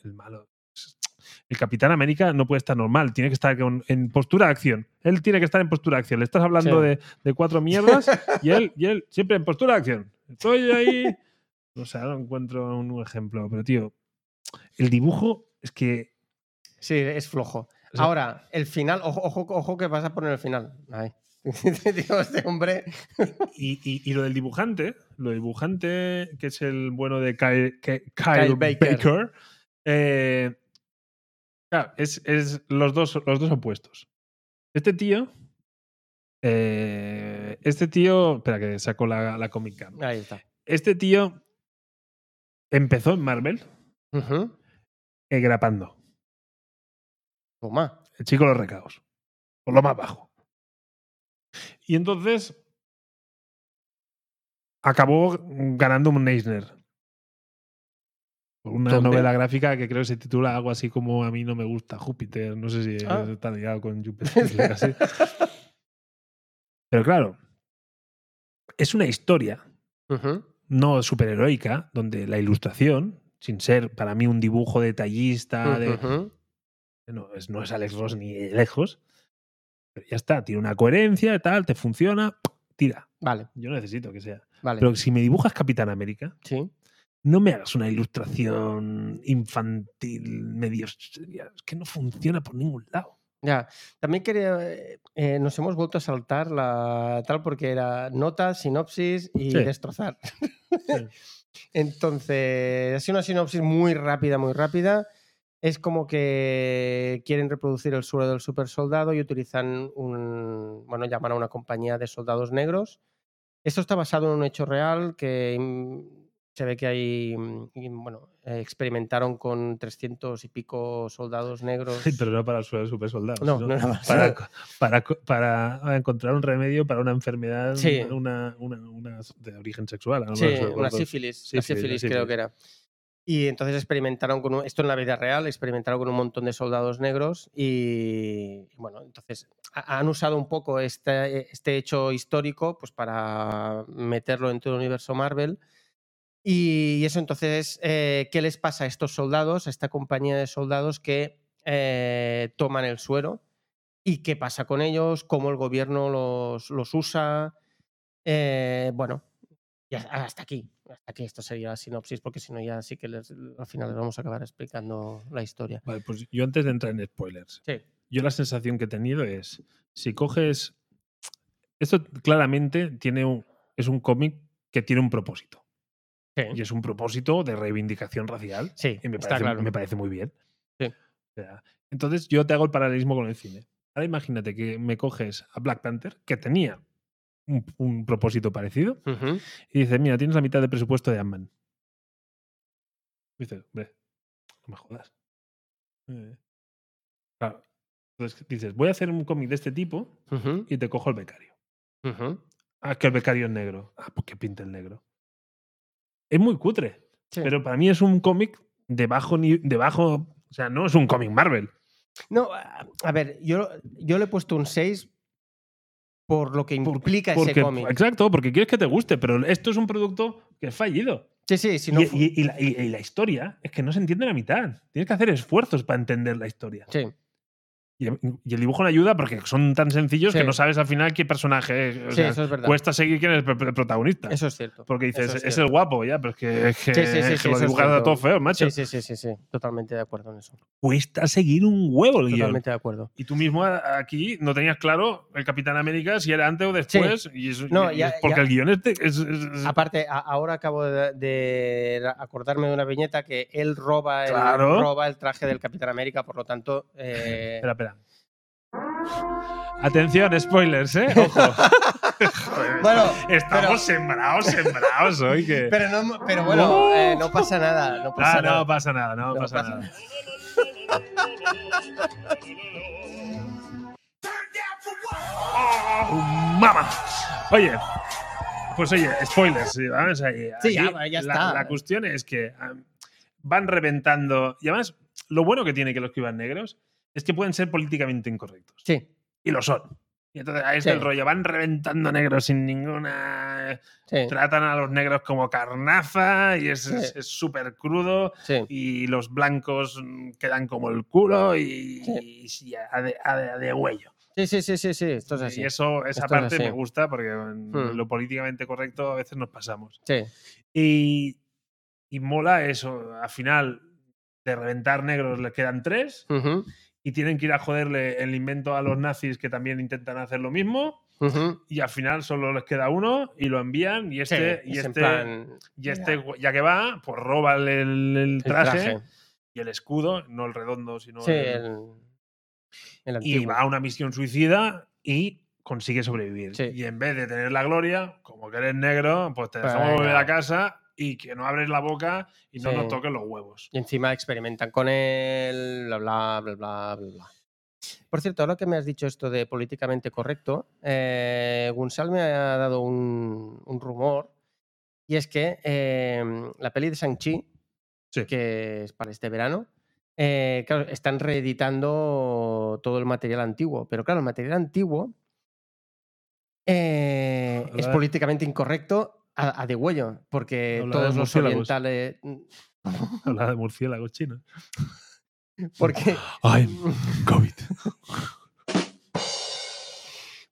El malo. El Capitán América no puede estar normal, tiene que estar con- en postura de acción. Él tiene que estar en postura de acción. Le estás hablando Sí. de, de cuatro mierdas y él, y él siempre en postura de acción. Estoy ahí. O sea, no encuentro un ejemplo, pero tío, el dibujo es que. Sí, es flojo. O sea- Ahora, el final, ojo, ojo, ojo que vas a poner el final. Ay. Digo, este hombre. Y, y- y lo del dibujante, lo del dibujante, que es el bueno de Kyle, que- Kyle Kyle Baker, Baker. eh, claro, es, es los, dos, los dos opuestos. Este tío. eh, este tío. Espera, que saco la, la Comic Cam. Ahí está. Este tío empezó en Marvel Ujú. eh, grapando. Toma. El chico de los recados. Por lo más bajo. Y entonces acabó ganando un Eisner. Por una ¿Dónde? novela gráfica que creo que se titula algo así como A mí no me gusta Júpiter. No sé si Ah. está ligado con Júpiter. o algo así. Pero claro, es una historia Ujú. no superheroica donde la ilustración, sin ser para mí un dibujo detallista de, Ujú. no es, no es Alex Ross ni de lejos. Pero ya está, tiene una coherencia, tal, te funciona, tira. Vale, Yo necesito que sea. vale. Pero si me dibujas Capitán América, Sí. no me hagas una ilustración infantil, medio. seria. Es que no funciona por ningún lado. Ya. También quería. eh, eh, nos hemos vuelto a saltar la tal porque era notas, sinopsis y Sí. destrozar. Entonces, ha sido una sinopsis muy rápida, muy rápida. Es como que quieren reproducir el suelo del super soldado y utilizan un. Bueno, llaman a una compañía de soldados negros. Esto está basado en un hecho real que mm, se ve que hay. mm, y, Bueno, eh, experimentaron con 300 y pico soldados negros. Pero no para el suelo de super soldados. No, no era más. Para, co- para, co- para encontrar un remedio para una enfermedad Sí. una, una- una de origen sexual. a lo Sí, mejor, sobre una todo. sífilis, la Sífilis, la sífilis creo sífilis. que era. Y entonces experimentaron con un- esto en la vida real, experimentaron con un montón de soldados negros y bueno, entonces ha- han usado un poco este, este hecho histórico pues para meterlo en todo el universo Marvel. Y eso entonces, eh, ¿qué les pasa a estos soldados, a esta compañía de soldados que eh, toman el suero? ¿Y qué pasa con ellos? ¿Cómo el gobierno los, los usa? Eh, bueno, y has- hasta aquí. Hasta aquí esto sería la sinopsis, porque si no ya sí que les- al final les vamos a acabar explicando la historia. Vale, pues yo antes de entrar en spoilers, Sí. yo la sensación que he tenido es, si coges, esto claramente tiene un, es un cómic que tiene un propósito. ¿eh? Y Sí, es un propósito de reivindicación racial. sí, Y me está parece, claro. me parece muy bien. Sí. O sea, entonces yo te hago el paralelismo con el cine. Ahora imagínate que me coges a Black Panther, que tenía un, un propósito parecido, Ujú. y dices, mira, tienes la mitad de presupuesto de Ant-Man. Dices, hombre, no me jodas. Eh, Claro. Entonces dices, voy a hacer un cómic de este tipo Ujú, y te cojo el becario. ujú. Ah, que el becario es negro. Ah, pues que pinta el negro. Es muy cutre. Sí. Pero para mí es un cómic de bajo ni de bajo. O sea, no es un cómic Marvel. No, a a ver, yo, yo le he puesto un 6 por lo que implica ese Porque, cómic. exacto, porque quieres que te guste, pero esto es un producto que es fallido. Sí, sí, si no y, fu- y- y la, y- y la historia es que no se entiende la mitad. Tienes que hacer esfuerzos para entender la historia. Sí, Y, y el dibujo no ayuda porque son tan sencillos Sí. que no sabes al final qué personaje es. O sí, sea, eso es verdad. cuesta seguir quién es el pr- protagonista. Eso es cierto. porque dices, eso es, es el cierto". guapo, ya, pero es que, es que, Sí, sí, sí, es que sí, lo eso es dibujas a cierto. todo feo, macho. Sí, sí, sí, sí, sí, totalmente de acuerdo en eso. cuesta seguir un huevo el guión. Totalmente de acuerdo. Y tú mismo a- aquí no tenías claro el Capitán América si era antes o después. Y eso- No, y- y ya- es porque ya- Ah. el guión es, de- es- es- Aparte, a- ahora acabo de, de acordarme de una viñeta que él roba el, Claro. roba el traje del Capitán América, por lo tanto. eh, Espera, espera. Atención, spoilers, ¿eh? Ojo. Bueno, Estamos sembrados, sembrados hoy. Que... pero, no, pero bueno, eh, no pasa nada. No pasa Ah, nada. no pasa nada, no, No pasa, pasa nada. Oh, ¡Mama! Oye, pues oye, spoilers. sí, Vamos ahí. Sí, ah, Aquí ya- ya la, está. La cuestión es que ah, van reventando. Y además, lo bueno que tiene que los que iban negros es que pueden ser políticamente incorrectos. Sí, Y lo son. Y entonces ahí es Sí. el rollo. Van reventando negros sin ninguna. sí, Tratan a los negros como carnaza y es Sí. es- es súper crudo sí. y los blancos mm, quedan como el culo y, Sí. y sí, a, de, a de- a de huello. Sí, sí, sí, sí, sí, esto es Pues así. Y eso, esa Esto es parte así. me gusta porque en Hmm. lo políticamente correcto a veces nos pasamos. Sí, Y, y mola eso. Al final, de reventar negros les quedan tres ujú, y tienen que ir a joderle el invento a los nazis que también intentan hacer lo mismo. ujú. Y al final solo les queda uno y lo envían. Y Sí, este, y es en este, plan, y este ya que va, pues roba el, el el traje traje. y el escudo, no el redondo, sino Sí, el- el, el antiguo. y va a una misión suicida y consigue sobrevivir. Sí. Y en vez de tener la gloria, como que eres negro, pues te Pues dejamos volver venga. a casa y que no abres la boca y no Sí. nos toques los huevos. Y encima experimentan con él, bla, bla, bla, bla, bla, bla. Por cierto, ahora que me has dicho esto de políticamente correcto, eh, Gunsal me ha dado un, un rumor y es que eh, la peli de Shang-Chi, Sí. que es para este verano, eh, claro, están reeditando todo el material antiguo, pero claro, el material antiguo eh, es Joder. políticamente incorrecto a, a degüello, porque Habla de todos los murciélagos. orientales... Habla de murciélagos chinos. Porque Ay, COVID.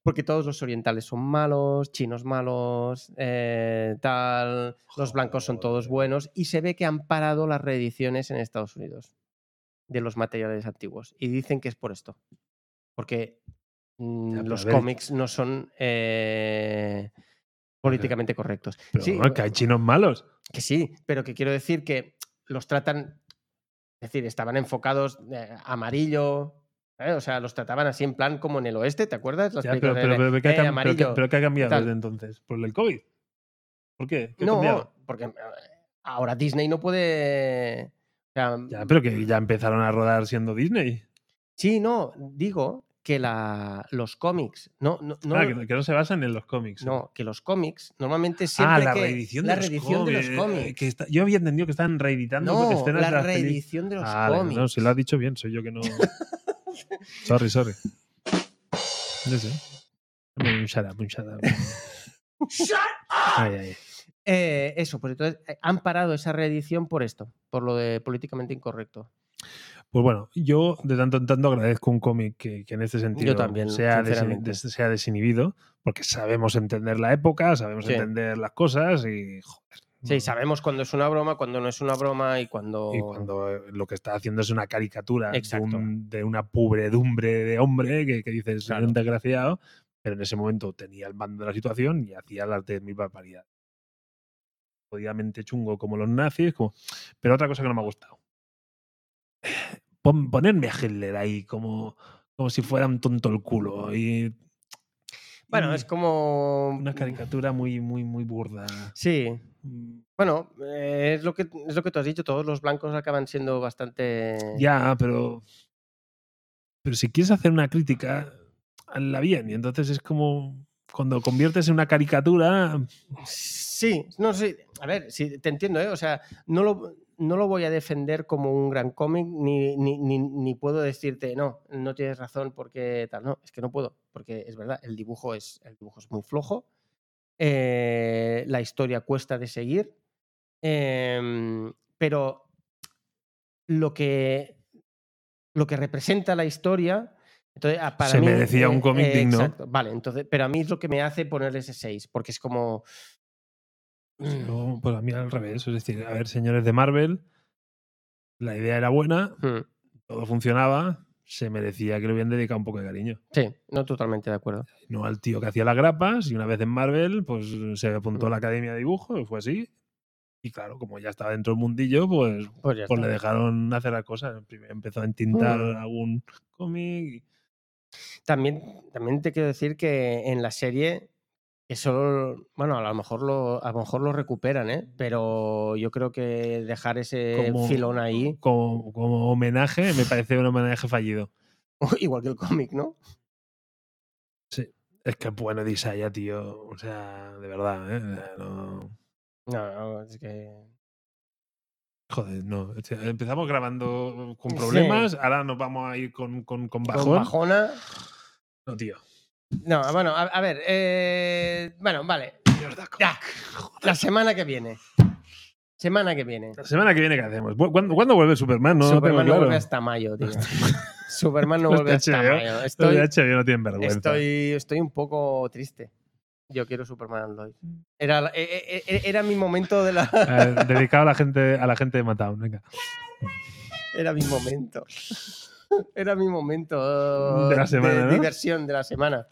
Porque todos los orientales son malos, chinos malos, eh, tal, los blancos son todos buenos y se ve que han parado las reediciones en Estados Unidos de los materiales antiguos y dicen que es por esto, porque mm, Ya, pero los a ver. cómics no son eh, políticamente correctos. Pero Sí, bueno, que hay chinos malos. que sí, pero que quiero decir que los tratan, es decir, estaban enfocados eh, amarillo. ¿eh? O sea, los trataban así en plan como en el oeste, ¿te acuerdas? Las Ya, pero, películas pero- de- pero ¿qué ha eh, cam- pero amarillo. qué- pero ¿qué ha cambiado tal. desde entonces? ¿Por el COVID? ¿Por qué? ¿Qué ha cambiado? No, porque eh, ahora Disney no puede. o sea, Ya, pero que ya empezaron a rodar siendo Disney. Sí, no, digo que la, los cómics. No, no, no, Ah, que, que no se basan en los cómics. no, que los cómics normalmente siempre. Ah, la que- reedición, la de, los reedición de cómics. los cómics. Que está- yo había entendido que estaban reeditando No, escenas la de las pelis- reedición de los Ah, cómics. No, si lo has dicho bien, soy yo que no. sorry, sorry. No sé. Un shut up, un shut up. Ay, ay. Eh, eso, pues entonces eh, han parado esa reedición por esto, por lo de políticamente incorrecto. Pues bueno, yo de tanto en tanto agradezco un cómic que, que en este sentido Yo también, sea, desin- sinceramente. des- sea desinhibido, porque sabemos entender la época, sabemos Sí. entender las cosas y. Joder, Sí, no- sabemos cuándo es una broma, cuándo no es una broma y cuándo. Y cuando eh, lo que está haciendo es una caricatura de, Exacto. un- de una pubredumbre de hombre que, que dices, "Soy Claro. un desgraciado, pero en ese momento tenía el mando de la situación y hacía las 10.000 barbaridades. Jodidamente chungo como los nazis, como... pero otra cosa que no me ha gustado. Pon- ponerme a Hitler ahí como, como si fuera un tonto el culo. Y, Bueno, y es como. una caricatura muy, muy, muy burda. Sí, Mm, Bueno, eh, es, lo que, es lo que tú has dicho, todos los blancos acaban siendo bastante... Ya, pero. Pero si quieres hacer una crítica, hazla bien. Y entonces es como. Cuando conviertes en una caricatura. Sí, no sé, a ver, sí, te entiendo, ¿eh? O sea, no lo, no lo voy a defender como un gran cómic, ni, ni, ni- ni puedo decirte, no, no tienes razón porque tal, no, es que no puedo, porque es verdad, el dibujo es, el dibujo es muy flojo, eh, la historia cuesta de seguir, em, pero lo que, lo que representa la historia... Entonces, ah, para Se mí, merecía un cómic digno. exacto, Vale, entonces, pero a mí es lo que me hace ponerle ese 6, porque es como, Mm. yo, pues a mí al revés. Es decir, a ver, señores de Marvel, la idea era buena, Mm, todo funcionaba, se merecía que le hubieran dedicado un poco de cariño. Sí, no totalmente de acuerdo. No al tío que hacía las grapas, y una vez en Marvel, pues se Mm. apuntó a la Academia de Dibujo, y fue así. Y claro, como ya estaba dentro del mundillo, pues Pues ya pues está. Mm. le dejaron hacer las cosas. Primero empezó a entintar algún cómic. También, también te quiero decir que en la serie, eso, bueno, a lo mejor lo, a lo mejor lo recuperan, ¿eh? Pero yo creo que dejar ese Como- filón ahí, Como, como homenaje, me parece un homenaje fallido. igual que el cómic, ¿no? Es que es bueno Disaya, tío. O sea, de verdad, ¿eh? O sea, no- No, no, es que. Joder, no. O sea, empezamos grabando con Sí. problemas, ahora nos vamos a ir con, con, con con bajón. bajona. No, tío. No, bueno, a, a ver. eh, bueno, vale. Dios, da co- Ya. La semana que viene. Semana que viene. La semana que viene, ¿qué hacemos? ¿Cu- ¿Cuándo, cuándo vuelve Superman? No, Superman tengo no claro. vuelve hasta mayo, tío. Superman no Los vuelve hasta HBO, mayo. Los de Estoy, HBO no tienen vergüenza. estoy, estoy un poco triste. Yo quiero Superman and Lois. Mm. Era, la- e- e- e- era mi momento de la. Eh, dedicado a la gente, a la gente de Matown, venga. Era mi momento. Era mi momento De la semana, ¿no? diversión de la semana.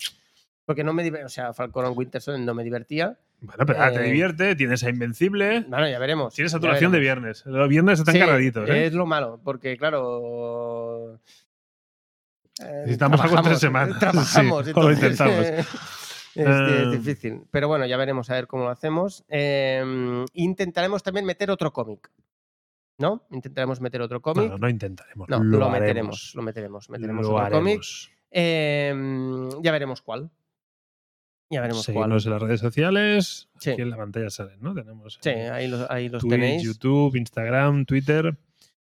Porque no me diver- O sea, Falcon and Winter Soldier no me divertía. Bueno, pero ahora te Eh, divierte, tienes a Invencible, Bueno, ya veremos. tienes ya saturación de veremos. viernes. Los viernes están Sí, cargaditos, ¿eh? Es lo malo, porque claro. eh, Necesitamos algo entre trabajamos, semana. Trabajamos, Sí, o lo entonces, intentamos. eh, es, Eh, es difícil. Pero bueno, ya veremos a ver cómo lo hacemos. Eh, intentaremos también meter otro cómic. ¿No? Intentaremos meter otro No, cómic. no, no intentaremos. No, lo, lo, haremos. meteremos, lo meteremos. Meteremos lo otro cómic. haremos. Eh, ya veremos cuál. Ya veremos cuál. Seguidnos en las redes sociales. Sí. Aquí en la pantalla salen, ¿no? Tenemos Sí, eh, ahí los, ahí los Twitch, tenéis. YouTube, Instagram, Twitter.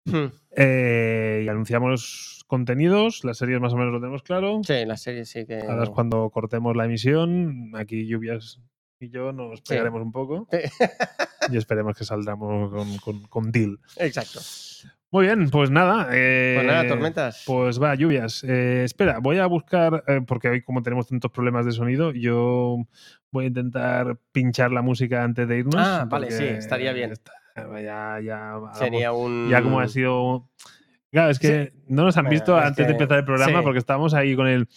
Hmm, Eh, y anunciamos contenidos. Las series más o menos lo tenemos claro. Sí, la serie sí que. Ahora es cuando cortemos la emisión. Aquí lluvias y yo nos pegaremos un poco. Sí. y esperemos que saldamos con, con, con deal. Exacto. Muy bien, pues nada. eh, Pues nada, tormentas. Pues va, lluvias. Eh, espera, voy a buscar, eh, porque hoy como tenemos tantos problemas de sonido, yo voy a intentar pinchar la música antes de irnos. Ah, vale, porque sí, estaría bien. está- ya, ya, hagamos- Sería un. Ah, pues, ya como ha sido... Claro, es que no nos han Bueno, visto es antes de que- empezar el programa sí. porque estábamos ahí con el...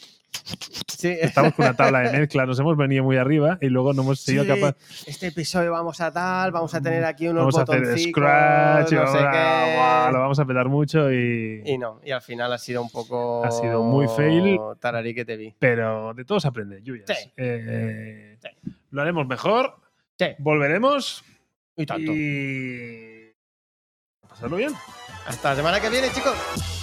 Sí. Estábamos con una tabla de mezcla, nos hemos venido muy arriba y luego no hemos sido Sí, capaz... Mm, Este episodio vamos a tal, vamos a tener aquí unos Vamos a hacer botoncitos, scratch, y no sé ahora, qué. guau, lo vamos a petar mucho y... Y no, y al final ha sido un poco. Ha sido muy fail. Tararí que te vi. Pero de todo se aprende, lluvias. Sí. Eh, Sí. Lo haremos mejor. Sí. Volveremos Y tanto. y... a Pasarlo bien. Hasta la semana que viene, chicos.